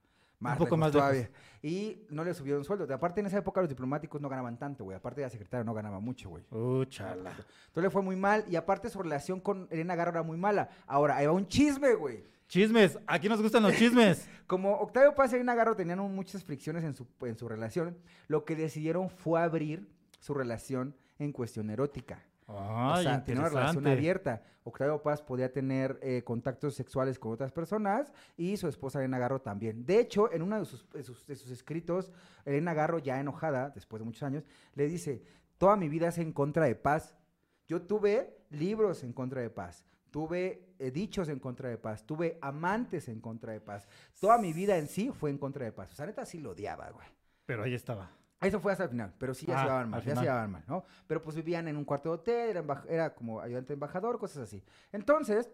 Speaker 2: poco más
Speaker 1: todavía.
Speaker 2: lejos.
Speaker 1: Y no le subieron sueldo. Aparte en esa época los diplomáticos no ganaban tanto, güey. Aparte de la secretaria no ganaba mucho, güey.
Speaker 2: Uh, chala.
Speaker 1: Entonces le fue muy mal y aparte su relación con Elena Garro era muy mala. Ahora, ahí va un chisme, güey.
Speaker 2: Chismes. Aquí nos gustan los chismes.
Speaker 1: Como Octavio Paz y Elena Garro tenían un- muchas fricciones en su, en su relación, lo que decidieron fue abrir su relación en cuestión erótica.
Speaker 2: Ay,
Speaker 1: o sea, tener una relación
Speaker 2: interesante.
Speaker 1: abierta. Octavio Paz podía tener eh, contactos sexuales con otras personas y su esposa Elena Garro también. De hecho, en uno de sus, de sus- de sus escritos, Elena Garro, ya enojada, después de muchos años, le dice, toda mi vida es en contra de paz. Yo tuve libros en contra de paz. Tuve eh, dichos en contra de paz, tuve amantes en contra de paz. Toda mi vida en sí fue en contra de paz. O sea, neta sí lo odiaba, güey.
Speaker 2: Pero ahí estaba.
Speaker 1: Eso fue hasta el final, pero sí ya
Speaker 2: Ah,
Speaker 1: se llevaban mal, ya
Speaker 2: al
Speaker 1: se
Speaker 2: final.
Speaker 1: llevaban mal, ¿no? Pero pues vivían en un cuarto de hotel, era, embaja- era como ayudante de embajador, cosas así. Entonces,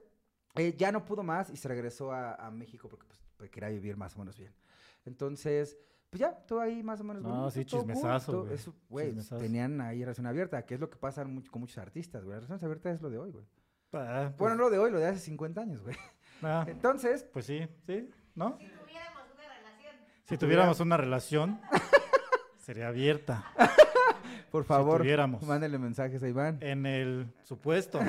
Speaker 1: eh, ya no pudo más y se regresó a, a México porque pues, pues, quería vivir más o menos bien. Entonces, pues ya, todo ahí más o menos.
Speaker 2: No,
Speaker 1: bonito,
Speaker 2: sí,
Speaker 1: todo cool,
Speaker 2: chismesazo,
Speaker 1: todo-
Speaker 2: güey,
Speaker 1: eso, güey,
Speaker 2: chismesazo.
Speaker 1: tenían ahí relación abierta, que es lo que pasa mucho- con muchos artistas, güey. La relación abierta es lo de hoy, güey.
Speaker 2: Ah, pues,
Speaker 1: Bueno, no lo de hoy, lo de hace 50 años, güey.
Speaker 2: ah,
Speaker 1: Entonces,
Speaker 2: pues sí, sí, ¿no?
Speaker 3: Si tuviéramos una relación.
Speaker 2: Si tuviéramos una relación, sería abierta.
Speaker 1: por favor,
Speaker 2: tuviéramos.
Speaker 1: mándenle mensajes a Iván.
Speaker 2: En el supuesto.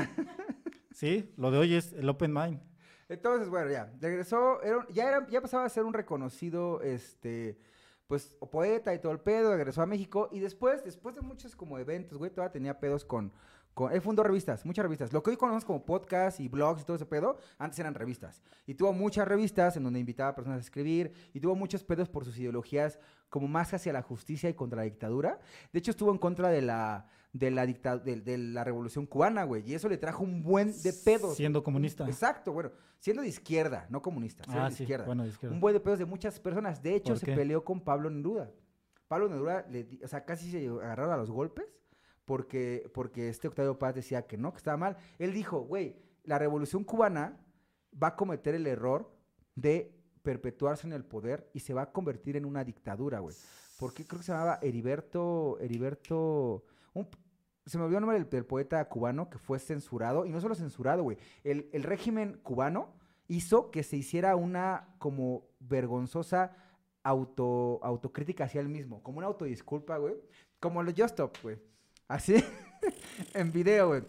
Speaker 2: Sí, lo de hoy es el open mind.
Speaker 1: Entonces, bueno, ya, regresó, era un- ya, era, ya pasaba a ser un reconocido, este, pues, o poeta y todo el pedo, regresó a México y después, después de muchos como eventos, güey, todavía tenía pedos con, con, él fundó revistas, muchas revistas, lo que hoy conocemos como podcasts y blogs y todo ese pedo, antes eran revistas, y tuvo muchas revistas en donde invitaba a personas a escribir, y tuvo muchos pedos por sus ideologías como más hacia la justicia y contra la dictadura, de hecho estuvo en contra de la, de la, dicta- de, de la revolución cubana, güey, y eso le trajo un buen de pedos.
Speaker 2: Siendo comunista.
Speaker 1: Exacto, bueno, siendo de izquierda, no comunista, siendo
Speaker 2: Ah,
Speaker 1: de
Speaker 2: sí,
Speaker 1: izquierda.
Speaker 2: bueno, de izquierda.
Speaker 1: Un buen de pedos de muchas personas. De hecho,
Speaker 2: ¿Por
Speaker 1: se
Speaker 2: qué?
Speaker 1: peleó con Pablo Neruda. Pablo Neruda, le di- o sea, casi se agarraron a los golpes porque, porque este Octavio Paz decía que no, que estaba mal. Él dijo, güey, la revolución cubana va a cometer el error de perpetuarse en el poder y se va a convertir en una dictadura, güey. Porque creo que se llamaba Heriberto, Heriberto, un- se me olvidó el nombre del, del poeta cubano que fue censurado, y no solo censurado, güey, el, el régimen cubano hizo que se hiciera una como vergonzosa auto, autocrítica hacia él mismo, como una autodisculpa, güey, como los Just Stop, güey, así, en video, güey,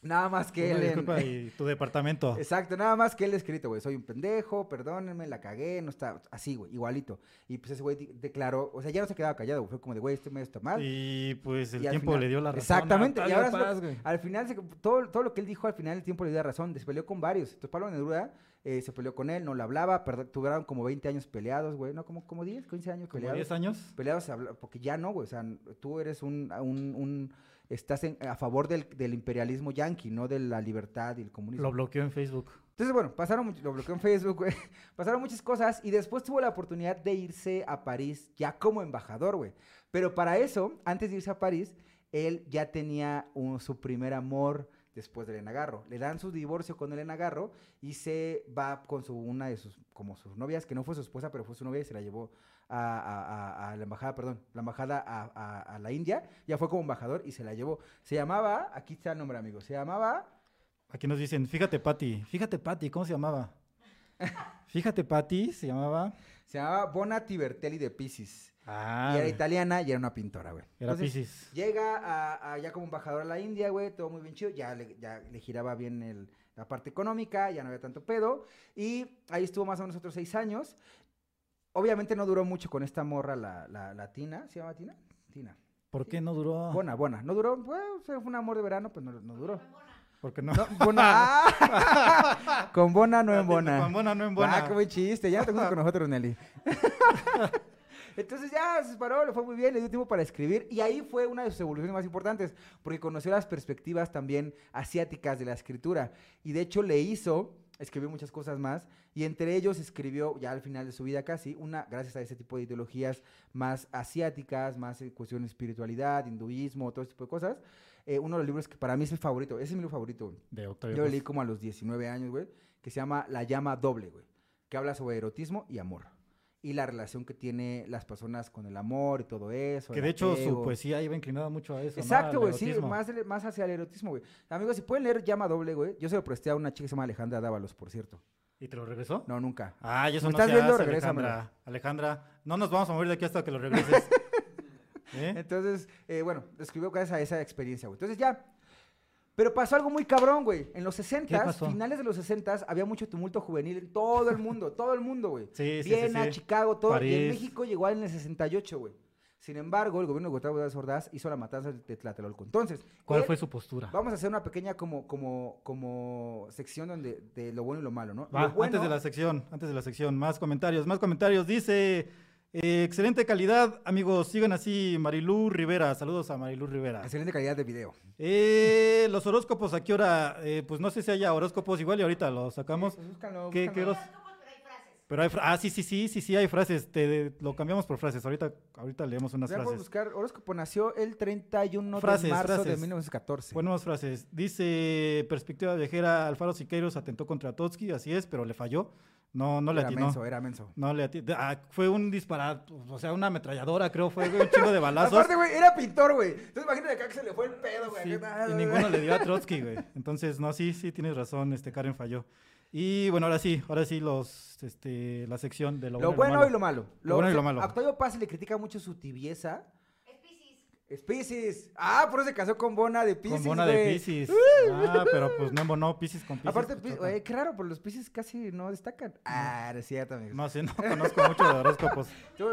Speaker 1: nada más que
Speaker 2: Una
Speaker 1: él en-
Speaker 2: disculpa y tu departamento.
Speaker 1: Exacto, nada más que él escrito, güey. Soy un pendejo, perdónenme, la cagué, no está. Así, güey, igualito. Y pues ese güey di- declaró, o sea, ya no se quedaba callado, güey. Fue como de, güey, esto me está mal.
Speaker 2: Y pues el
Speaker 1: Y al
Speaker 2: tiempo
Speaker 1: final-
Speaker 2: le dio la razón.
Speaker 1: Exactamente, y
Speaker 2: Octavio
Speaker 1: ahora es lo-
Speaker 2: Paz, güey.
Speaker 1: Al final, se- todo, todo lo que él dijo al final, el tiempo le dio la razón. Se peleó con varios. Entonces, Pablo Neruda eh, se peleó con él, no le hablaba. perd- Tuvieron como 20 años peleados, güey. No, como, como 10, 15 años
Speaker 2: Como
Speaker 1: peleados.
Speaker 2: 10 años.
Speaker 1: Peleados, habla- porque ya no, güey. O sea, n- tú eres un. un, un- estás en- a favor del, del imperialismo yanqui, no de la libertad y el comunismo.
Speaker 2: Lo bloqueó en Facebook.
Speaker 1: Entonces, bueno, pasaron, much- lo bloqueó en Facebook, güey. Pasaron muchas cosas y después tuvo la oportunidad de irse a París ya como embajador, güey. Pero para eso, antes de irse a París, él ya tenía un- su primer amor después de Elena Garro. Le dan su divorcio con Elena Garro y se va con su, una de sus, como sus novias, que no fue su esposa, pero fue su novia y se la llevó a, a- a- a la embajada, perdón, la embajada a, a- a la India. Ya fue como embajador y se la llevó. Se llamaba, aquí está el nombre, amigo, se llamaba...
Speaker 2: Aquí nos dicen, fíjate Patty, fíjate Patty, ¿cómo se llamaba? Fíjate Patty, se llamaba...
Speaker 1: Se llamaba Bona Tibertelli de Pisces.
Speaker 2: Ah,
Speaker 1: y era
Speaker 2: güey,
Speaker 1: italiana y era una pintora, güey.
Speaker 2: era
Speaker 1: Entonces,
Speaker 2: Pisces.
Speaker 1: Llega a, a- ya como embajador a la India, güey, todo muy bien chido. Ya le, ya le giraba bien el- la parte económica, ya no había tanto pedo. Y ahí estuvo más o menos otros seis años. Obviamente no duró mucho con esta morra, la, la, la Tina. ¿Se llama Tina? Tina.
Speaker 2: ¿Por qué no duró?
Speaker 1: Bona, Bona. No duró, pues, fue un amor de verano, pues no, no duró.
Speaker 2: Porque no.
Speaker 1: No, Bona. ¡Ah! con Bona no en Bona.
Speaker 2: Con Bona, no en
Speaker 1: Ah,
Speaker 2: Bona.
Speaker 1: qué buen chiste. Ya no te juntas con nosotros, Nelly. Entonces ya se paró, le fue muy bien, le dio tiempo para escribir y ahí fue una de sus evoluciones más importantes porque conoció las perspectivas también asiáticas de la escritura y de hecho le hizo, escribió muchas cosas más y entre ellos escribió ya al final de su vida casi una, gracias a ese tipo de ideologías más asiáticas, más en cuestión de espiritualidad, hinduismo, todo ese tipo de cosas, eh, uno de los libros que para mí es el favorito, ese es mi libro favorito.
Speaker 2: De Octavio
Speaker 1: Yo lo
Speaker 2: Paz.
Speaker 1: leí como a los 19 años, güey, que se llama La llama doble, güey, que habla sobre erotismo y amor. Y la relación que tiene las personas con el amor y todo eso.
Speaker 2: Que
Speaker 1: el
Speaker 2: de hecho su
Speaker 1: apego.
Speaker 2: poesía iba inclinada mucho a eso. ¿no?
Speaker 1: Exacto,
Speaker 2: Al
Speaker 1: güey, sí,
Speaker 2: erotismo.
Speaker 1: más, más hacia el erotismo, güey. Amigos, si pueden leer Llama Doble, güey, yo se lo presté a una chica que se llama Alejandra Dávalos, por cierto.
Speaker 2: ¿Y te lo regresó?
Speaker 1: No, nunca.
Speaker 2: Ah, ya eso
Speaker 1: ¿Me
Speaker 2: no
Speaker 1: estás
Speaker 2: se
Speaker 1: viendo?
Speaker 2: hace,
Speaker 1: Regrésamelo.
Speaker 2: Alejandra. Alejandra, no nos vamos a morir de aquí hasta que lo regreses. ¿Eh?
Speaker 1: Entonces, eh, bueno, lo escribió gracias a esa experiencia, güey. Entonces ya. Pero pasó algo muy cabrón, güey. En los 60,
Speaker 2: pasó?
Speaker 1: finales de los 60, había mucho tumulto juvenil en todo el mundo, todo el mundo, güey.
Speaker 2: Sí, sí, sí,
Speaker 1: Viena,
Speaker 2: sí.
Speaker 1: Chicago, todo. Y en
Speaker 2: París.
Speaker 1: México llegó en el 68, güey. Sin embargo, el gobierno de Gustavo Díaz Ordaz hizo la matanza de Tlatelolco. Entonces,
Speaker 2: ¿Cuál
Speaker 1: él-
Speaker 2: fue su postura?
Speaker 1: Vamos a hacer una pequeña como, como, como sección donde de lo bueno y lo malo, ¿no?
Speaker 2: Va,
Speaker 1: Lo bueno-
Speaker 2: antes de la sección, antes de la sección, más comentarios, más comentarios. Dice, eh, excelente calidad, amigos, sigan así, Marilú Rivera, saludos a Marilú Rivera.
Speaker 1: Excelente calidad de video.
Speaker 2: Eh, los horóscopos, ¿a qué hora? Eh, pues no sé si haya horóscopos, igual y ahorita los sacamos.
Speaker 1: Pues búscalo,
Speaker 2: ¿Qué-
Speaker 1: búscalo.
Speaker 2: qué los- Pero hay, fra- ah, sí, sí, sí, sí, sí, hay frases, te, lo cambiamos por frases, ahorita, ahorita leemos unas
Speaker 1: Vean, voy a
Speaker 2: frases.
Speaker 1: buscar. Horóscopo nació el 31 de
Speaker 2: Frases,
Speaker 1: marzo de
Speaker 2: frases.
Speaker 1: 1914.
Speaker 2: Buenas frases. Dice, perspectiva viajera, Alfaro Siqueiros atentó contra Totsky, así es, pero le falló. No, no le
Speaker 1: era
Speaker 2: atinó.
Speaker 1: menso, ¿eh? era menso.
Speaker 2: No le ati- ah, fue un disparate, o sea, una ametralladora, creo, fue güey, un chingo de balazos.
Speaker 1: Aparte, güey, era pintor, güey. Entonces imagínate acá que se le fue el pedo, güey.
Speaker 2: Sí,
Speaker 1: Acá,
Speaker 2: y ninguno le dio a Trotsky, güey. Entonces, no, sí, sí, tienes razón, este Karen falló. Y bueno, ahora sí, ahora sí los, este, la sección de lo,
Speaker 1: Lo bueno y lo
Speaker 2: malo.
Speaker 1: malo.
Speaker 2: Lo bueno y lo malo.
Speaker 1: A Octavio Paz se le critica mucho su tibieza. Es Pisces. Ah, por eso se casó con Bona de Pisces.
Speaker 2: Con Bona de
Speaker 1: güey. ¡Uh!
Speaker 2: Pisces. Ah, pero pues no, no, Pisces con Pisces.
Speaker 1: Aparte,
Speaker 2: pues,
Speaker 1: Pi-
Speaker 2: toca.
Speaker 1: güey, qué raro, pero los Pisces casi no destacan. Ah, no es cierto, amigos.
Speaker 2: No sé, no conozco mucho de horóscopos.
Speaker 1: Tú-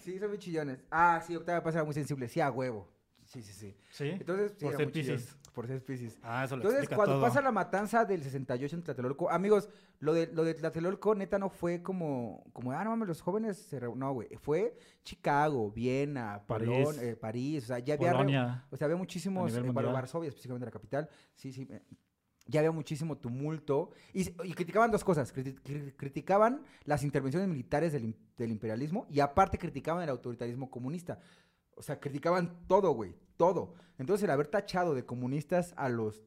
Speaker 1: sí, son muy chillones. Ah, sí, Octavia Paz era muy sensible. Sí, a huevo. Sí, sí, sí.
Speaker 2: Sí.
Speaker 1: Entonces, sí,
Speaker 2: Por
Speaker 1: era
Speaker 2: ser
Speaker 1: muy chillón.
Speaker 2: Piscis.
Speaker 1: Por ser Pisces.
Speaker 2: ah, eso lo
Speaker 1: Entonces,
Speaker 2: explica
Speaker 1: cuando
Speaker 2: todo.
Speaker 1: pasa la matanza del 68 en Tlatelolco, amigos, lo de, lo de Tlatelolco neta no fue como, como ah, no mames, los jóvenes se reú-". No, güey, fue Chicago, Viena,
Speaker 2: París.
Speaker 1: París, París, o sea, ya había... reu-
Speaker 2: Polonia.
Speaker 1: O sea, había muchísimos,
Speaker 2: nivel
Speaker 1: eh, bueno,
Speaker 2: mundial.
Speaker 1: Varsovia, específicamente la capital, sí, sí, eh, ya había muchísimo tumulto y, s- y criticaban dos cosas, criti- cri- criticaban las intervenciones militares del, im- del imperialismo y aparte criticaban el autoritarismo comunista. O sea, criticaban todo, güey, todo. Entonces, el haber tachado de comunistas a los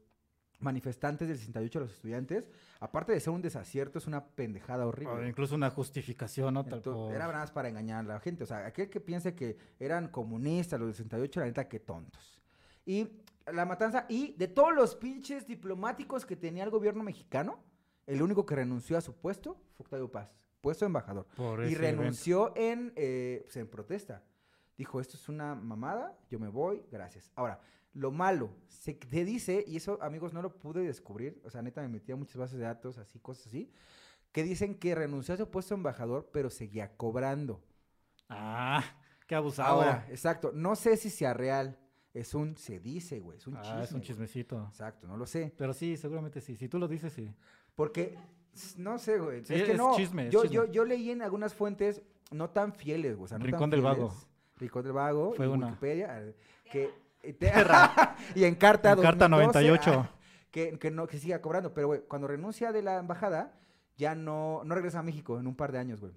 Speaker 1: manifestantes del 68, a los estudiantes, aparte de ser un desacierto, es una pendejada horrible.
Speaker 2: O
Speaker 1: güey.
Speaker 2: incluso una justificación, ¿no? Tal
Speaker 1: Entonces,
Speaker 2: por-
Speaker 1: era nada más para engañar a la gente. O sea, aquel que piense que eran comunistas los del 68, la neta, qué tontos. Y la matanza, y de todos los pinches diplomáticos que tenía el gobierno mexicano, el único que renunció a su puesto fue Octavio Paz, puesto de embajador.
Speaker 2: por
Speaker 1: Y
Speaker 2: ese evento.
Speaker 1: renunció en, eh, pues, en protesta. Dijo, esto es una mamada, yo me voy, gracias. Ahora, lo malo, se te dice, y eso amigos no lo pude descubrir, o sea, neta me metía muchas bases de datos, así, cosas así, que dicen que renunció a su puesto de embajador, pero seguía cobrando.
Speaker 2: Ah, qué abusado.
Speaker 1: Ahora, exacto, no sé si sea real, es un, se dice, güey, es un
Speaker 2: ah,
Speaker 1: chisme.
Speaker 2: es un
Speaker 1: güey.
Speaker 2: chismecito.
Speaker 1: Exacto, no lo sé.
Speaker 2: Pero sí, seguramente sí. Si tú lo dices, sí.
Speaker 1: Porque, s- no sé, güey.
Speaker 2: Sí,
Speaker 1: es que
Speaker 2: es
Speaker 1: no.
Speaker 2: chisme, es
Speaker 1: yo,
Speaker 2: chisme.
Speaker 1: Yo, yo leí en algunas fuentes no tan fieles, güey. O sea, no tan
Speaker 2: Rincón del Vago.
Speaker 1: fieles. Rincón del Vago.
Speaker 2: Fue
Speaker 1: y
Speaker 2: una.
Speaker 1: Wikipedia. ah, Que, y te- y en carta
Speaker 2: En carta
Speaker 1: 2012,
Speaker 2: 98.
Speaker 1: ah, que, que, no, que siga cobrando. Pero, güey, cuando renuncia de la embajada, ya no, no regresa a México en un par de años, güey.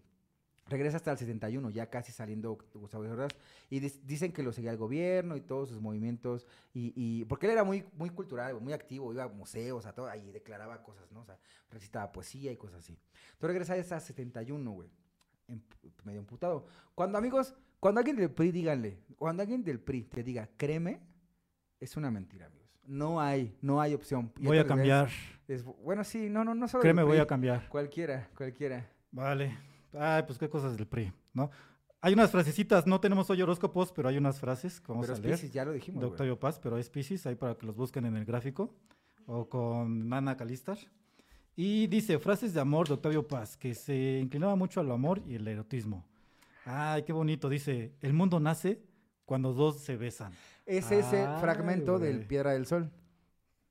Speaker 1: Regresa hasta el 71, ya casi saliendo Gustavo de Ordaz. Y dis- dicen que lo seguía el gobierno y todos sus movimientos. Y, y- porque él era muy, muy cultural, güey, muy activo, iba a museos, a todo, ahí declaraba cosas, ¿no? O sea, recitaba poesía y cosas así. Tú regresas a 71, güey. em- medio emputado. Cuando, amigos, cuando alguien del PRI, díganle, cuando alguien del PRI te diga, créeme, es una mentira, amigos. No hay, no hay opción. Y
Speaker 2: Voy a
Speaker 1: otra vez,
Speaker 2: cambiar.
Speaker 1: es- bueno, sí, no, no, no solo. del
Speaker 2: Créeme, voy
Speaker 1: PRI,
Speaker 2: a cambiar.
Speaker 1: Cualquiera, cualquiera.
Speaker 2: Vale. Ay, pues qué cosas del PRI, ¿no? Hay unas frasecitas, no tenemos hoy horóscopos, pero hay unas frases que vamos
Speaker 1: Pero
Speaker 2: a
Speaker 1: es
Speaker 2: leer.
Speaker 1: Piscis, ya lo dijimos.
Speaker 2: de
Speaker 1: güey.
Speaker 2: Octavio Paz, pero es Pisces, ahí para que los busquen en el gráfico, o con Nana Calistar. Y dice, frases de amor de Octavio Paz, que se inclinaba mucho al amor y el erotismo. Ay, qué bonito, dice, el mundo nace cuando dos se besan.
Speaker 1: Ese es el
Speaker 2: Ay,
Speaker 1: fragmento del
Speaker 2: güey.
Speaker 1: Piedra del Sol.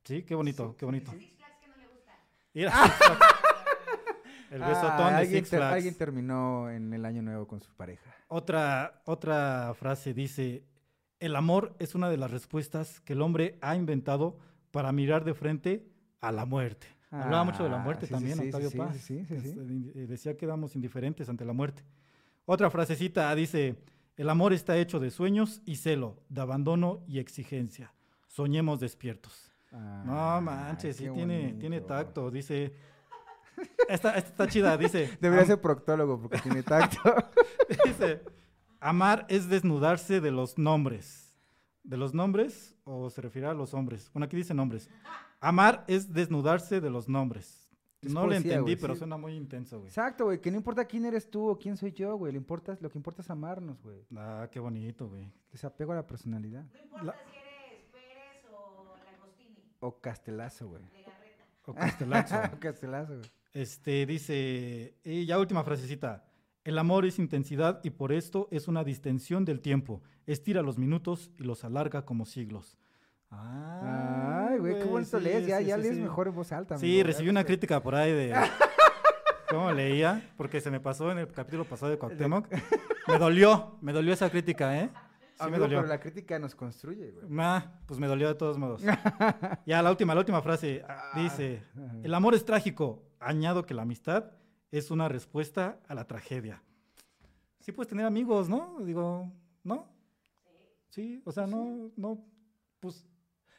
Speaker 2: Sí, qué bonito, qué bonito.
Speaker 3: Six Flags que no le gusta.
Speaker 2: Mira, el besotón
Speaker 1: Ah,
Speaker 2: de
Speaker 1: alguien,
Speaker 2: Six
Speaker 1: ter-
Speaker 2: Flags.
Speaker 1: alguien terminó en el año nuevo con su pareja.
Speaker 2: Otra, otra frase dice, el amor es una de las respuestas que el hombre ha inventado para mirar de frente a la muerte. Hablaba mucho de la
Speaker 1: Ah, sí,
Speaker 2: muerte
Speaker 1: sí,
Speaker 2: también,
Speaker 1: sí, sí,
Speaker 2: Octavio
Speaker 1: sí,
Speaker 2: Paz.
Speaker 1: sí, sí,
Speaker 2: que
Speaker 1: sí,
Speaker 2: es-
Speaker 1: sí.
Speaker 2: eh, Decía que éramos indiferentes ante la muerte. Otra frasecita dice, el amor está hecho de sueños y celo, de abandono y exigencia. Soñemos despiertos.
Speaker 1: Ah,
Speaker 2: no manches, sí
Speaker 1: qué
Speaker 2: tiene, tiene
Speaker 1: bonito.
Speaker 2: tacto, dice... Esta, esta está chida, dice...
Speaker 1: Debería
Speaker 2: "Am-
Speaker 1: ser proctólogo porque tiene tacto.
Speaker 2: Dice, amar es desnudarse de los nombres. ¿De los nombres o se refiere a los hombres? Bueno, aquí dice nombres. Amar es desnudarse de los nombres.
Speaker 1: Es
Speaker 2: no lo
Speaker 1: poesía,
Speaker 2: entendí,
Speaker 1: güey,
Speaker 2: pero
Speaker 1: sí.
Speaker 2: suena muy intenso, güey.
Speaker 1: Exacto, güey, que no importa quién eres tú o quién soy yo, güey, lo, importa, lo que importa es amarnos, güey.
Speaker 2: Ah, qué bonito, güey.
Speaker 1: Desapego a la personalidad.
Speaker 3: No importa
Speaker 2: La-
Speaker 3: si eres Pérez o Lagostini,
Speaker 1: O castelazo, güey.
Speaker 3: de Garreta.
Speaker 2: O Castelazo.
Speaker 1: castelazo, güey.
Speaker 2: este, dice, y ya última frasecita. El amor es intensidad y por esto es una distensión del tiempo. Estira los minutos y los alarga como siglos.
Speaker 1: Ay, güey, qué bonito
Speaker 2: sí,
Speaker 1: lees. Ya,
Speaker 2: sí,
Speaker 1: ya
Speaker 2: sí,
Speaker 1: lees
Speaker 2: sí.
Speaker 1: mejor en voz alta.
Speaker 2: Sí,
Speaker 1: amigo,
Speaker 2: recibí
Speaker 1: ya
Speaker 2: una
Speaker 1: viste.
Speaker 2: crítica por ahí de cómo leía, porque se me pasó en el capítulo pasado de Cuauhtémoc. Me dolió, me dolió esa crítica, ¿eh? Sí, me
Speaker 1: Amigo,
Speaker 2: dolió.
Speaker 1: Pero la crítica nos construye, güey.
Speaker 2: Nah, pues me dolió de todos modos. Ya, la última, la última frase. ah, Dice, el amor es trágico. Añado que la amistad es una respuesta a la tragedia. Sí puedes tener amigos, ¿no? Digo, ¿no? Sí, o sea, no, no, pues...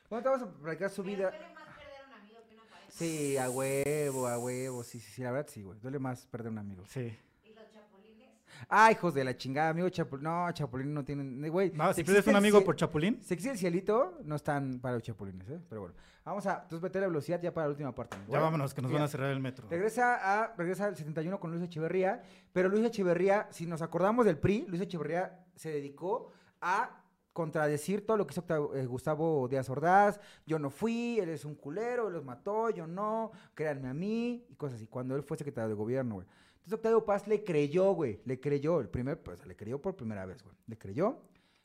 Speaker 1: ¿Cuándo te vas a platicar su
Speaker 3: Pero
Speaker 1: vida?
Speaker 3: duele más perder un amigo que una pareja.
Speaker 1: Sí, a huevo, a huevo. Sí, sí, sí, la verdad sí, güey. Duele más perder un amigo.
Speaker 2: Sí.
Speaker 3: Y los chapulines.
Speaker 1: Ah, hijos de la chingada, amigo Chapulín. No, Chapulín no tienen. eh, Güey,
Speaker 2: No, si
Speaker 1: existe
Speaker 2: pierdes un
Speaker 1: el
Speaker 2: amigo
Speaker 1: cie-
Speaker 2: por Chapulín,
Speaker 1: Si existe el cielito, no están para los Chapulines, ¿eh? Pero bueno. Vamos a. Entonces, meter la velocidad ya para la última parte. amigo,
Speaker 2: ya
Speaker 1: ¿eh?
Speaker 2: vámonos, que nos van
Speaker 1: Mira,
Speaker 2: a cerrar el metro.
Speaker 1: Regresa a regresa al 71 con Luis Echeverría, pero Luis Echeverría, si nos acordamos del PRI, Luis Echeverría se dedicó a contradecir todo lo que hizo Octavio- eh, Gustavo Díaz Ordaz, yo no fui, él es un culero, él los mató, yo no, créanme a mí, y cosas así, cuando él fue secretario de gobierno, güey. Entonces Octavio Paz le creyó, güey, le creyó, el primer, pues, le creyó por primera vez, güey, le creyó.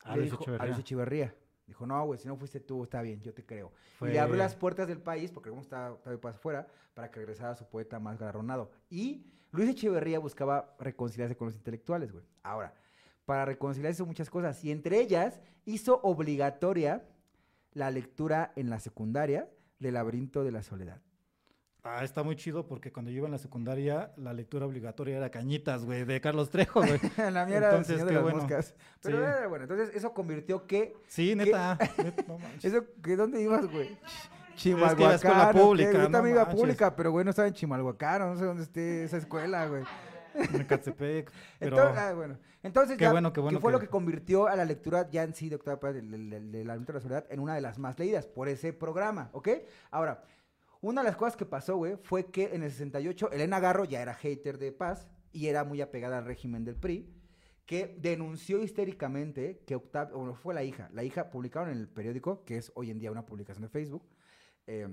Speaker 2: A
Speaker 1: le
Speaker 2: Luis
Speaker 1: dijo-
Speaker 2: Echeverría.
Speaker 1: A Luis Echeverría. Dijo, no, güey, si no fuiste tú, está bien, yo te creo. Y
Speaker 2: Fue-
Speaker 1: le abrió las puertas del país, porque como estaba Octavio Paz fuera, para que regresara su poeta más galardonado. Y Luis Echeverría buscaba reconciliarse con los intelectuales, güey. Ahora, para reconciliarse hizo muchas cosas, y entre ellas hizo obligatoria la lectura en la secundaria del laberinto de la soledad.
Speaker 2: Ah, está muy chido porque cuando yo iba en la secundaria, la lectura obligatoria era Cañitas, güey, de Carlos Trejo, güey.
Speaker 1: la mierda del
Speaker 2: Entonces,
Speaker 1: señor de
Speaker 2: qué
Speaker 1: las
Speaker 2: bueno.
Speaker 1: moscas. Pero
Speaker 2: Sí.
Speaker 1: era bueno, entonces eso convirtió que...
Speaker 2: Sí, neta. neta, no manches.
Speaker 1: Eso, que ¿Dónde ibas, güey?
Speaker 2: ibas con la
Speaker 1: Chimalhuacán.
Speaker 2: escuela
Speaker 1: ¿o qué?
Speaker 2: pública,
Speaker 1: Yo
Speaker 2: no
Speaker 1: también iba a
Speaker 2: manches.
Speaker 1: pública, pero güey, no estaba en Chimalhuacán, o no sé dónde esté esa escuela, güey.
Speaker 2: En Ecatepec, pero
Speaker 1: Entonces, ah, bueno. Entonces
Speaker 2: Qué
Speaker 1: ya,
Speaker 2: bueno, qué bueno
Speaker 1: fue
Speaker 2: que-
Speaker 1: lo que convirtió a la lectura ya en sí pues, de Octava Paz, de, de- de- de la Lucha de la Soledad, en una de las más leídas por ese programa, ¿ok? Ahora, una de las cosas que pasó, güey, fue que en el 68 Elena Garro ya era hater de Paz y era muy apegada al régimen del PRI, que denunció histéricamente que Octavio, bueno, fue la hija, la hija publicaron en el periódico, que es hoy en día una publicación de Facebook, eh,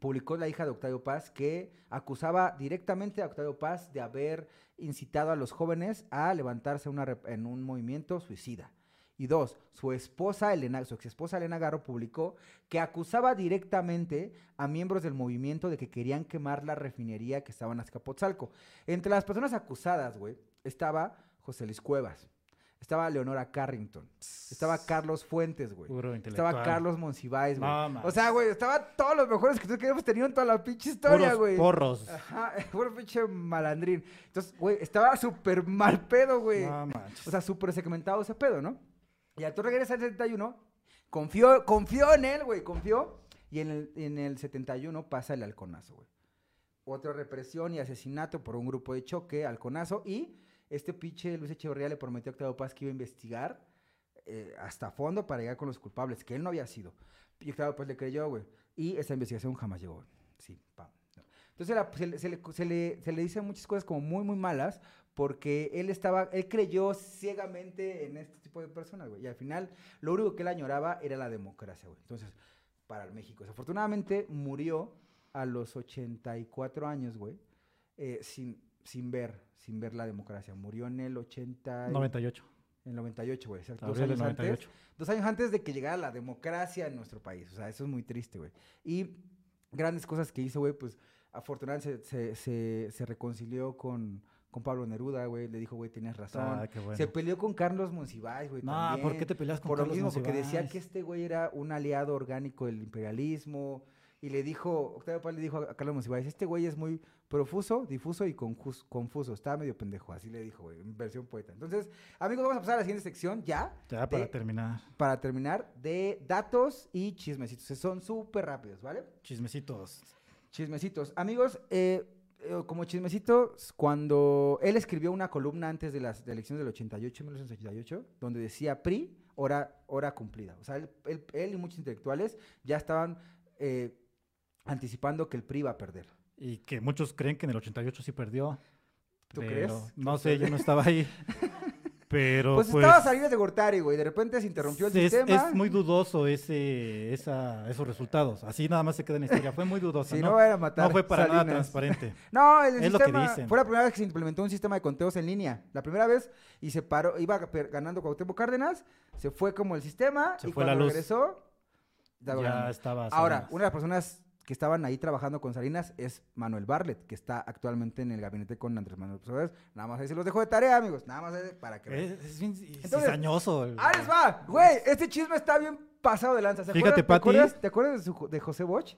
Speaker 1: publicó la hija de Octavio Paz que acusaba directamente a Octavio Paz de haber incitado a los jóvenes a levantarse una rep- en un movimiento suicida. Y dos, su esposa Elena, su exesposa Elena Garro publicó que acusaba directamente a miembros del movimiento de que querían quemar la refinería que estaba en Azcapotzalco. Entre las personas acusadas, güey, estaba José Luis Cuevas, estaba Leonora Carrington, estaba Carlos Fuentes, güey.
Speaker 2: puro
Speaker 1: Estaba
Speaker 2: intelectual.
Speaker 1: Carlos Monsiváis, güey.
Speaker 2: No, man.
Speaker 1: o sea, güey, estaban todos los mejores que tú hemos tenido en toda la pinche historia,
Speaker 2: Puros
Speaker 1: güey. Ah,
Speaker 2: Porros.
Speaker 1: Ajá, puro pinche malandrín. Entonces, güey, estaba súper mal pedo, güey.
Speaker 2: No manches.
Speaker 1: O sea, súper segmentado ese pedo, ¿no? Y al tú regresas al 71, confió, confió en él, güey, confió. Y en el, en el 71 pasa el halconazo, güey. Otra represión y asesinato por un grupo de choque, halconazo. Y este pinche Luis Echeverría le prometió a Octavio Paz que iba a investigar eh, hasta fondo para llegar con los culpables, que él no había sido. Y Octavio Paz le creyó, güey. Y esa investigación jamás llegó, güey. Sí, pam. Entonces la- se, le- se le, se le- se le dicen muchas cosas como muy, muy malas porque él estaba, él creyó ciegamente en este tipo de personas, güey. Y al final lo único que él añoraba era la democracia, güey. Entonces, para el México. Desafortunadamente murió a los 84 años, güey, eh, sin, sin ver, sin ver la democracia. Murió en el 80... y-
Speaker 2: 98.
Speaker 1: En el 98, güey. exacto, dos
Speaker 2: Abril del
Speaker 1: años antes
Speaker 2: 98.
Speaker 1: dos años antes de que llegara la democracia en nuestro país. O sea, eso es muy triste, güey. Y grandes cosas que hizo, güey, pues afortunadamente se, se- se- se reconcilió con, con Pablo Neruda, güey. Le dijo, güey, tienes razón.
Speaker 2: Ah, qué bueno.
Speaker 1: Se peleó con Carlos Monsiváis, güey.
Speaker 2: no, ¿por
Speaker 1: también,
Speaker 2: qué te peleas con
Speaker 1: Por lo
Speaker 2: Carlos
Speaker 1: mismo, porque decía
Speaker 2: Monsiváis?
Speaker 1: que este güey era un aliado orgánico del imperialismo. Y le dijo, Octavio Paz le dijo a a Carlos Monsiváis, este güey es muy profuso, difuso y conjus- confuso. Estaba medio pendejo, así le dijo, güey, en versión poeta. Entonces, amigos, vamos a pasar a la siguiente sección ya
Speaker 2: Ya para
Speaker 1: de-
Speaker 2: terminar.
Speaker 1: para terminar, de datos y chismecitos. que Son súper rápidos, ¿vale?
Speaker 2: Chismecitos.
Speaker 1: Chismecitos. Amigos, eh, eh, como chismecitos, cuando él escribió una columna antes de las de elecciones del 88, 1988, donde decía PRI, hora, hora cumplida. O sea, él, él- él y muchos intelectuales ya estaban eh, anticipando que el PRI iba a perder.
Speaker 2: Y que muchos creen que en el 88 sí perdió.
Speaker 1: ¿Tú
Speaker 2: pero
Speaker 1: crees?
Speaker 2: No sé, yo no estaba ahí. Pero
Speaker 1: Pues,
Speaker 2: pues,
Speaker 1: estaba saliendo de Gortari, güey. De repente se interrumpió el
Speaker 2: es,
Speaker 1: sistema.
Speaker 2: es muy dudoso ese, esa, esos resultados. Así nada más se queda en la historia. Fue muy dudoso.
Speaker 1: Si no,
Speaker 2: no,
Speaker 1: van a matar
Speaker 2: No fue para nada
Speaker 1: Salinas.
Speaker 2: transparente.
Speaker 1: No, el
Speaker 2: Es lo que
Speaker 1: sistema
Speaker 2: dicen.
Speaker 1: fue la primera vez que se implementó un sistema de conteos en línea. La primera vez y se paró, iba per- ganando Cuauhtémoc Cárdenas, se fue como el sistema
Speaker 2: Se
Speaker 1: y
Speaker 2: fue la
Speaker 1: cuando
Speaker 2: luz.
Speaker 1: regresó estaba
Speaker 2: ya
Speaker 1: ganando.
Speaker 2: estaba.
Speaker 1: Ahora,
Speaker 2: Salinas.
Speaker 1: una de las personas que estaban ahí trabajando con Salinas es Manuel Barlet, que está actualmente en el gabinete con Andrés Manuel López Obrador. Nada más ahí se los dejo de tarea, amigos. Nada más ahí para que vean.
Speaker 2: Es, es bien ci-
Speaker 1: Entonces,
Speaker 2: cizañoso. el-
Speaker 1: ¡Ah, les va! Güey, este chisme está bien pasado de lanza. ¿Se
Speaker 2: Fíjate,
Speaker 1: acuerdan-
Speaker 2: Pati.
Speaker 1: ¿Te acuerdas, te acuerdas de, su- de José Bosch?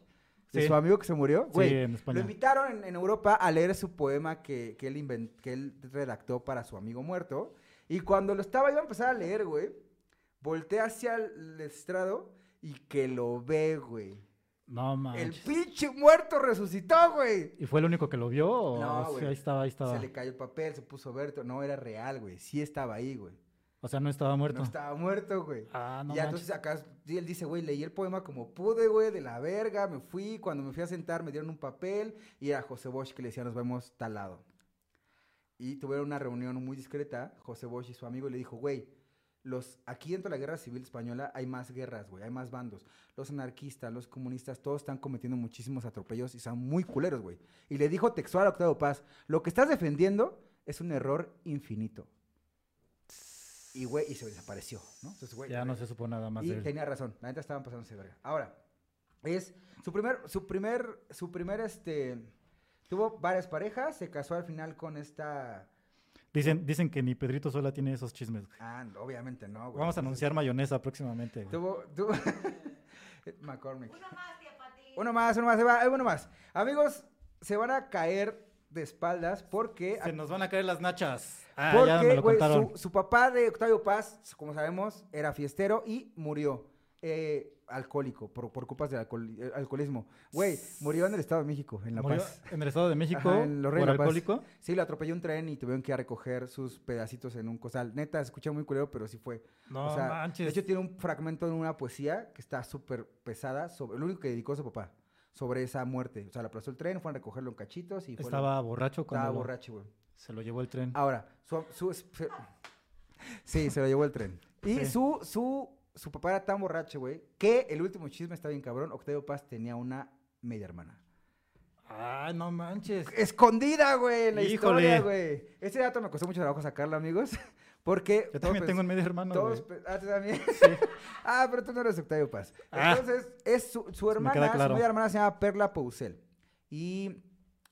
Speaker 1: De
Speaker 2: Sí.
Speaker 1: su amigo que se murió.
Speaker 2: Sí,
Speaker 1: Güey,
Speaker 2: en
Speaker 1: lo
Speaker 2: España.
Speaker 1: invitaron en, en Europa a leer su poema que, que él inven- que él redactó para su amigo muerto. Y cuando lo estaba, iba a empezar a leer, güey, voltea hacia el estrado y que lo ve, güey.
Speaker 2: No
Speaker 1: El
Speaker 2: manches.
Speaker 1: pinche muerto resucitó, güey.
Speaker 2: ¿Y fue el único que lo vio? o
Speaker 1: No,
Speaker 2: sí,
Speaker 1: güey.
Speaker 2: ahí estaba, ahí estaba.
Speaker 1: Se le cayó el papel, se puso Berto. No, era real, güey. Sí estaba ahí, güey.
Speaker 2: O sea, no estaba muerto.
Speaker 1: No estaba muerto, güey.
Speaker 2: Ah, no
Speaker 1: y ya
Speaker 2: manches.
Speaker 1: entonces acá sí, él dice, güey, leí el poema como pude, güey, de la verga, me fui, cuando me fui a sentar me dieron un papel y era José Bosch que le decía, nos vemos tal lado. Y tuvieron una reunión muy discreta, José Bosch y su amigo, y le dijo, güey, los, aquí dentro de la guerra civil española hay más guerras, güey, hay más bandos. Los anarquistas, los comunistas, todos están cometiendo muchísimos atropellos y son muy culeros, güey. Y le dijo textual a Octavio Paz, lo que estás defendiendo es un error infinito. Y, güey, y se desapareció, ¿no? Entonces, güey,
Speaker 2: Ya no se supo nada más
Speaker 1: y
Speaker 2: de él.
Speaker 1: tenía razón, la neta estaban pasándose de verga. Ahora, es su primer, su primer, su primer, este, tuvo varias parejas, se casó al final con esta,
Speaker 2: Dicen, dicen que ni Pedrito Sola tiene esos chismes. güey.
Speaker 1: ah, no, obviamente no, güey.
Speaker 2: Vamos a anunciar mayonesa próximamente. güey.
Speaker 1: Tuvo, tuvo, McCormick.
Speaker 3: Uno más, tía Pati.
Speaker 1: Uno más, uno más, se va, eh, uno más. Amigos, se van a caer de espaldas porque...
Speaker 2: Se nos van a caer las nachas. Ah, ya me
Speaker 1: Porque,
Speaker 2: lo
Speaker 1: güey,
Speaker 2: contaron.
Speaker 1: su, su papá de Octavio Paz, como sabemos, era fiestero y murió. eh, alcohólico, por, por culpas del alcohol- eh, alcoholismo. Güey, murió en el Estado de México, en La
Speaker 2: Murió
Speaker 1: Paz.
Speaker 2: en el Estado de México
Speaker 1: Ajá, en Los Reyes
Speaker 2: por
Speaker 1: de La Paz.
Speaker 2: alcohólico.
Speaker 1: Sí, lo atropelló un tren y tuvieron que ir a recoger sus pedacitos en un costal. Neta, se escucha muy culero, pero sí fue.
Speaker 2: No
Speaker 1: o sea,
Speaker 2: manches.
Speaker 1: De hecho, tiene un fragmento en una poesía que está súper pesada, sobre, lo único que dedicó a su papá, sobre esa muerte. O sea, lo aplastó el tren, fueron a recogerlo en cachitos y fue lo-
Speaker 2: estaba borracho cuando
Speaker 1: estaba
Speaker 2: lo-
Speaker 1: borracho, Ah. güey.
Speaker 2: se lo llevó el tren.
Speaker 1: Ahora, su, su- se- sí, se lo llevó el tren. Y
Speaker 2: Sí.
Speaker 1: su, su, su papá era tan borracho, güey, que el último chisme está bien cabrón. Octavio Paz tenía una media hermana.
Speaker 2: Ah, no manches.
Speaker 1: Eh, Escondida, güey, en la
Speaker 2: Híjole.
Speaker 1: historia, güey. Este dato me costó mucho trabajo sacarlo, amigos, porque...
Speaker 2: Yo
Speaker 1: todos
Speaker 2: también tengo
Speaker 1: pens-
Speaker 2: un medio hermano.
Speaker 1: pues, todos
Speaker 2: güey.
Speaker 1: pe- ah, ¿tú también? ah, pero tú no eres Octavio Paz.
Speaker 2: Ah.
Speaker 1: Entonces, es su, su hermana,
Speaker 2: claro.
Speaker 1: su media hermana se llama Perla Pousel. Y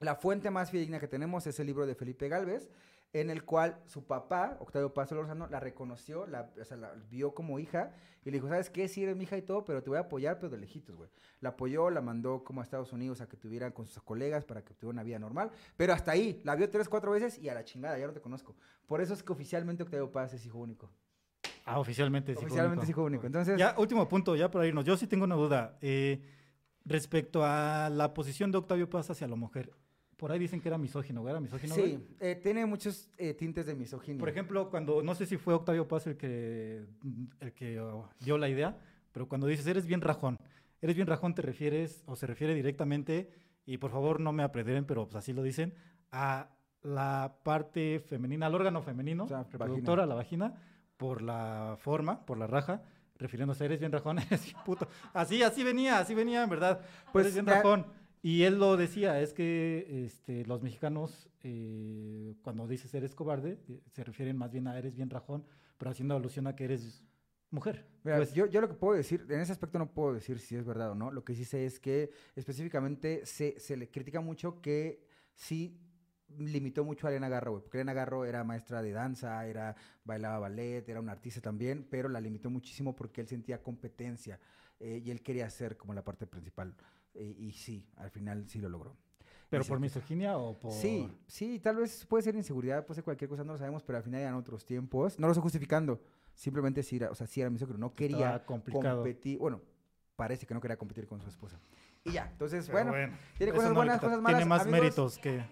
Speaker 1: la fuente más fidedigna que tenemos es el libro de Felipe Galvez, en el cual su papá, Octavio Paz Solorzano, la reconoció, la, o sea, la vio como hija y le dijo, ¿sabes qué? Sí eres mi hija y todo, pero te voy a apoyar, pero de lejitos, güey. La apoyó, la mandó como a Estados Unidos a que tuvieran con sus colegas para que tuviera una vida normal, pero hasta ahí, la vio tres, cuatro veces y a la chingada, ya no te conozco. Por eso es que oficialmente Octavio Paz es hijo único.
Speaker 2: Ah, oficialmente es hijo
Speaker 1: Oficialmente
Speaker 2: único.
Speaker 1: es hijo único. Entonces,
Speaker 2: Ya, último punto, ya para irnos. Yo sí tengo una duda. eh, respecto a la posición de Octavio Paz hacia la mujer. Por ahí dicen que era misógino, güey, ¿era misógino? güey?
Speaker 1: sí, eh, tiene muchos eh, tintes de misoginia.
Speaker 2: Por ejemplo, cuando, no sé si fue Octavio Paz el que, el que oh, dio la idea, pero cuando dices, eres bien rajón, eres bien rajón te refieres, o se refiere directamente, y por favor no me apreden, pero pues así lo dicen, a la parte femenina, al órgano femenino,
Speaker 1: O sea,
Speaker 2: reproductora, la vagina, por la forma, por la raja, refiriéndose, eres bien rajón, eres bien puto. Así, así venía, así venía, en verdad.
Speaker 1: Pues,
Speaker 2: Pues eres bien
Speaker 1: ya-
Speaker 2: rajón. Y él lo decía, es que este, los mexicanos, eh, cuando dices eres cobarde, eh, se refieren más bien a eres bien rajón, pero haciendo alusión a que eres mujer.
Speaker 1: Mira,
Speaker 2: Pues,
Speaker 1: yo, yo lo que puedo decir, en ese aspecto no puedo decir si es verdad o no. Lo que sí sé es que específicamente se, se le critica mucho que sí limitó mucho a Elena Garro, güey, porque Elena Garro era maestra de danza, era bailaba ballet, era un artista también, pero la limitó muchísimo porque él sentía competencia eh, y él quería ser como la parte principal. Eh, y sí, al final sí lo logró.
Speaker 2: pero
Speaker 1: sí,
Speaker 2: por
Speaker 1: sí.
Speaker 2: misoginia o por...
Speaker 1: Sí, sí, tal vez puede ser inseguridad, puede ser cualquier cosa, no lo sabemos, pero al final eran otros tiempos. No lo estoy justificando. Simplemente sí era, o sea, sí era misógino, no quería
Speaker 2: Estaba complicado.
Speaker 1: competir. Bueno, parece que no quería competir con su esposa. Y ya, entonces,
Speaker 2: Pero
Speaker 1: bueno, tiene
Speaker 2: eso
Speaker 1: cosas
Speaker 2: no le
Speaker 1: buenas,
Speaker 2: quita-
Speaker 1: cosas malas.
Speaker 2: Tiene más
Speaker 1: Amigos,
Speaker 2: méritos que...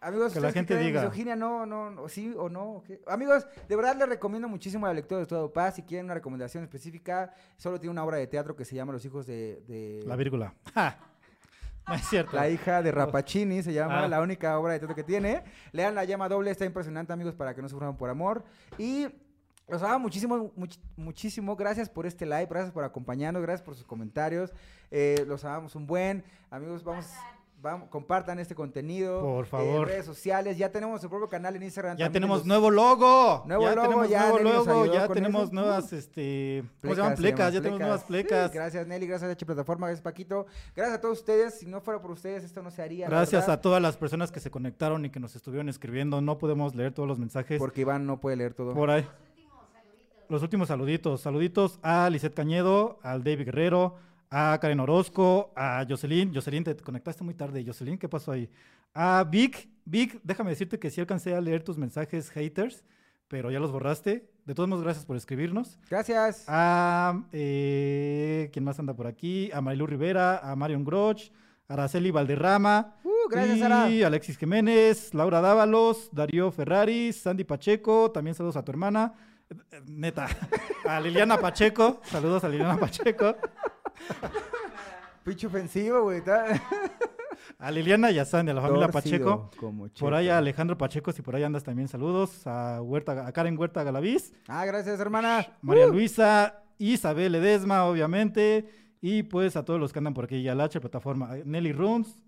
Speaker 1: Amigos,
Speaker 2: Que la
Speaker 1: ¿ustedes qué
Speaker 2: gente
Speaker 1: creen?
Speaker 2: diga.
Speaker 1: Misoginia, no, no, no, sí o no. ¿o qué? Amigos, de verdad les recomiendo muchísimo la lectura de Todo Paz. Si quieren una recomendación específica, solo tiene una obra de teatro que se llama Los hijos de... de-
Speaker 2: La vírgula. Ja. No es
Speaker 1: Eh.
Speaker 2: cierto.
Speaker 1: La hija de Rapacini se llama,
Speaker 2: Ah.
Speaker 1: la única obra de teatro que tiene. Lean La llama doble, está impresionante, amigos, para que no sufran por amor. Y los amo muchísimo, much- muchísimo. Gracias por este live, gracias por acompañarnos, gracias por sus comentarios. Eh, los amamos un buen. Amigos, vamos, vamos compartan este contenido.
Speaker 2: Por
Speaker 1: eh,
Speaker 2: favor.
Speaker 1: redes sociales, ya tenemos nuestro propio canal en Instagram.
Speaker 2: Ya
Speaker 1: también
Speaker 2: tenemos
Speaker 1: los-
Speaker 2: nuevo logo.
Speaker 1: Nuevo
Speaker 2: ya
Speaker 1: logo,
Speaker 2: tenemos
Speaker 1: ya
Speaker 2: nuevo
Speaker 1: Nelly nos
Speaker 2: logo,
Speaker 1: ayudó
Speaker 2: ya
Speaker 1: con
Speaker 2: tenemos
Speaker 1: eso. Uh.
Speaker 2: nuevas, este, ¿cómo se llaman?
Speaker 1: se
Speaker 2: Plecas,
Speaker 1: llaman
Speaker 2: ya tenemos nuevas plecas.
Speaker 1: Sí, gracias Nelly, gracias H Plataforma, gracias Paquito. Gracias a todos ustedes. Si no fuera por ustedes, esto no se haría. la
Speaker 2: Gracias
Speaker 1: verdad.
Speaker 2: a todas las personas que se conectaron y que nos estuvieron escribiendo. No podemos leer todos los mensajes
Speaker 1: Porque Iván no puede leer todo.
Speaker 2: por ahí.
Speaker 3: Los últimos saluditos.
Speaker 2: Los últimos saluditos. Saluditos a Lisette Cañedo, al David Guerrero, a Karen Orozco, a Jocelyn. Jocelyn, te conectaste muy tarde. Jocelyn, ¿qué pasó ahí? A Vic. Vic, déjame decirte que sí alcancé a leer tus mensajes haters, pero ya los borraste. De todos modos, gracias por escribirnos.
Speaker 1: Gracias.
Speaker 2: A. eh, ¿Quién más anda por aquí? A Marilu Rivera, a Marion Groch, a Araceli Valderrama.
Speaker 1: Uh, gracias,
Speaker 2: y
Speaker 1: Sara.
Speaker 2: Alexis Jiménez, Laura Dávalos, Darío Ferrari, Sandy Pacheco. También saludos a tu hermana. Eh, eh, Neta. A Liliana Pacheco. Saludos a Liliana Pacheco.
Speaker 1: Pinche ofensivo, güey. ta-
Speaker 2: A Liliana Yazán de la familia Pacheco.
Speaker 1: Torcido como
Speaker 2: Por
Speaker 1: cheto.
Speaker 2: ahí a Alejandro Pacheco, si por ahí andas también, saludos. A, Huerta, a Karen Huerta Galaviz,
Speaker 1: Ah, gracias, hermana.
Speaker 2: María
Speaker 1: Uh.
Speaker 2: Luisa, Isabel Edesma, obviamente. Y pues a todos los que andan por aquí, y a la H plataforma, a Nelly Rooms.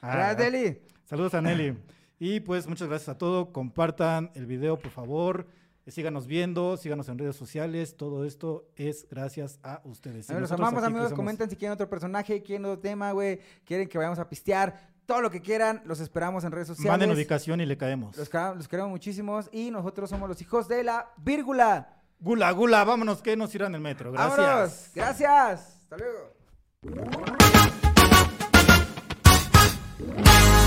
Speaker 2: a-
Speaker 1: Gracias, Deli.
Speaker 2: Saludos a Nelly. Y pues muchas gracias a todos. Compartan el video, por favor. Eh, Síganos viendo, síganos en redes sociales. Todo esto es gracias a ustedes. Y
Speaker 1: A ver, los
Speaker 2: nosotros
Speaker 1: amamos,
Speaker 2: aquí
Speaker 1: amigos.
Speaker 2: crecemos.
Speaker 1: Comenten si quieren otro personaje, quieren otro tema, güey. Quieren que vayamos a pistear. Todo lo que quieran, los esperamos en redes sociales.
Speaker 2: Manden ubicación y le caemos.
Speaker 1: Los, ca- los queremos muchísimos. Y nosotros somos los hijos de la vírgula.
Speaker 2: Gula, gula, vámonos que nos irán el metro. Gracias.
Speaker 1: ¡Vámonos! Gracias. Hasta luego.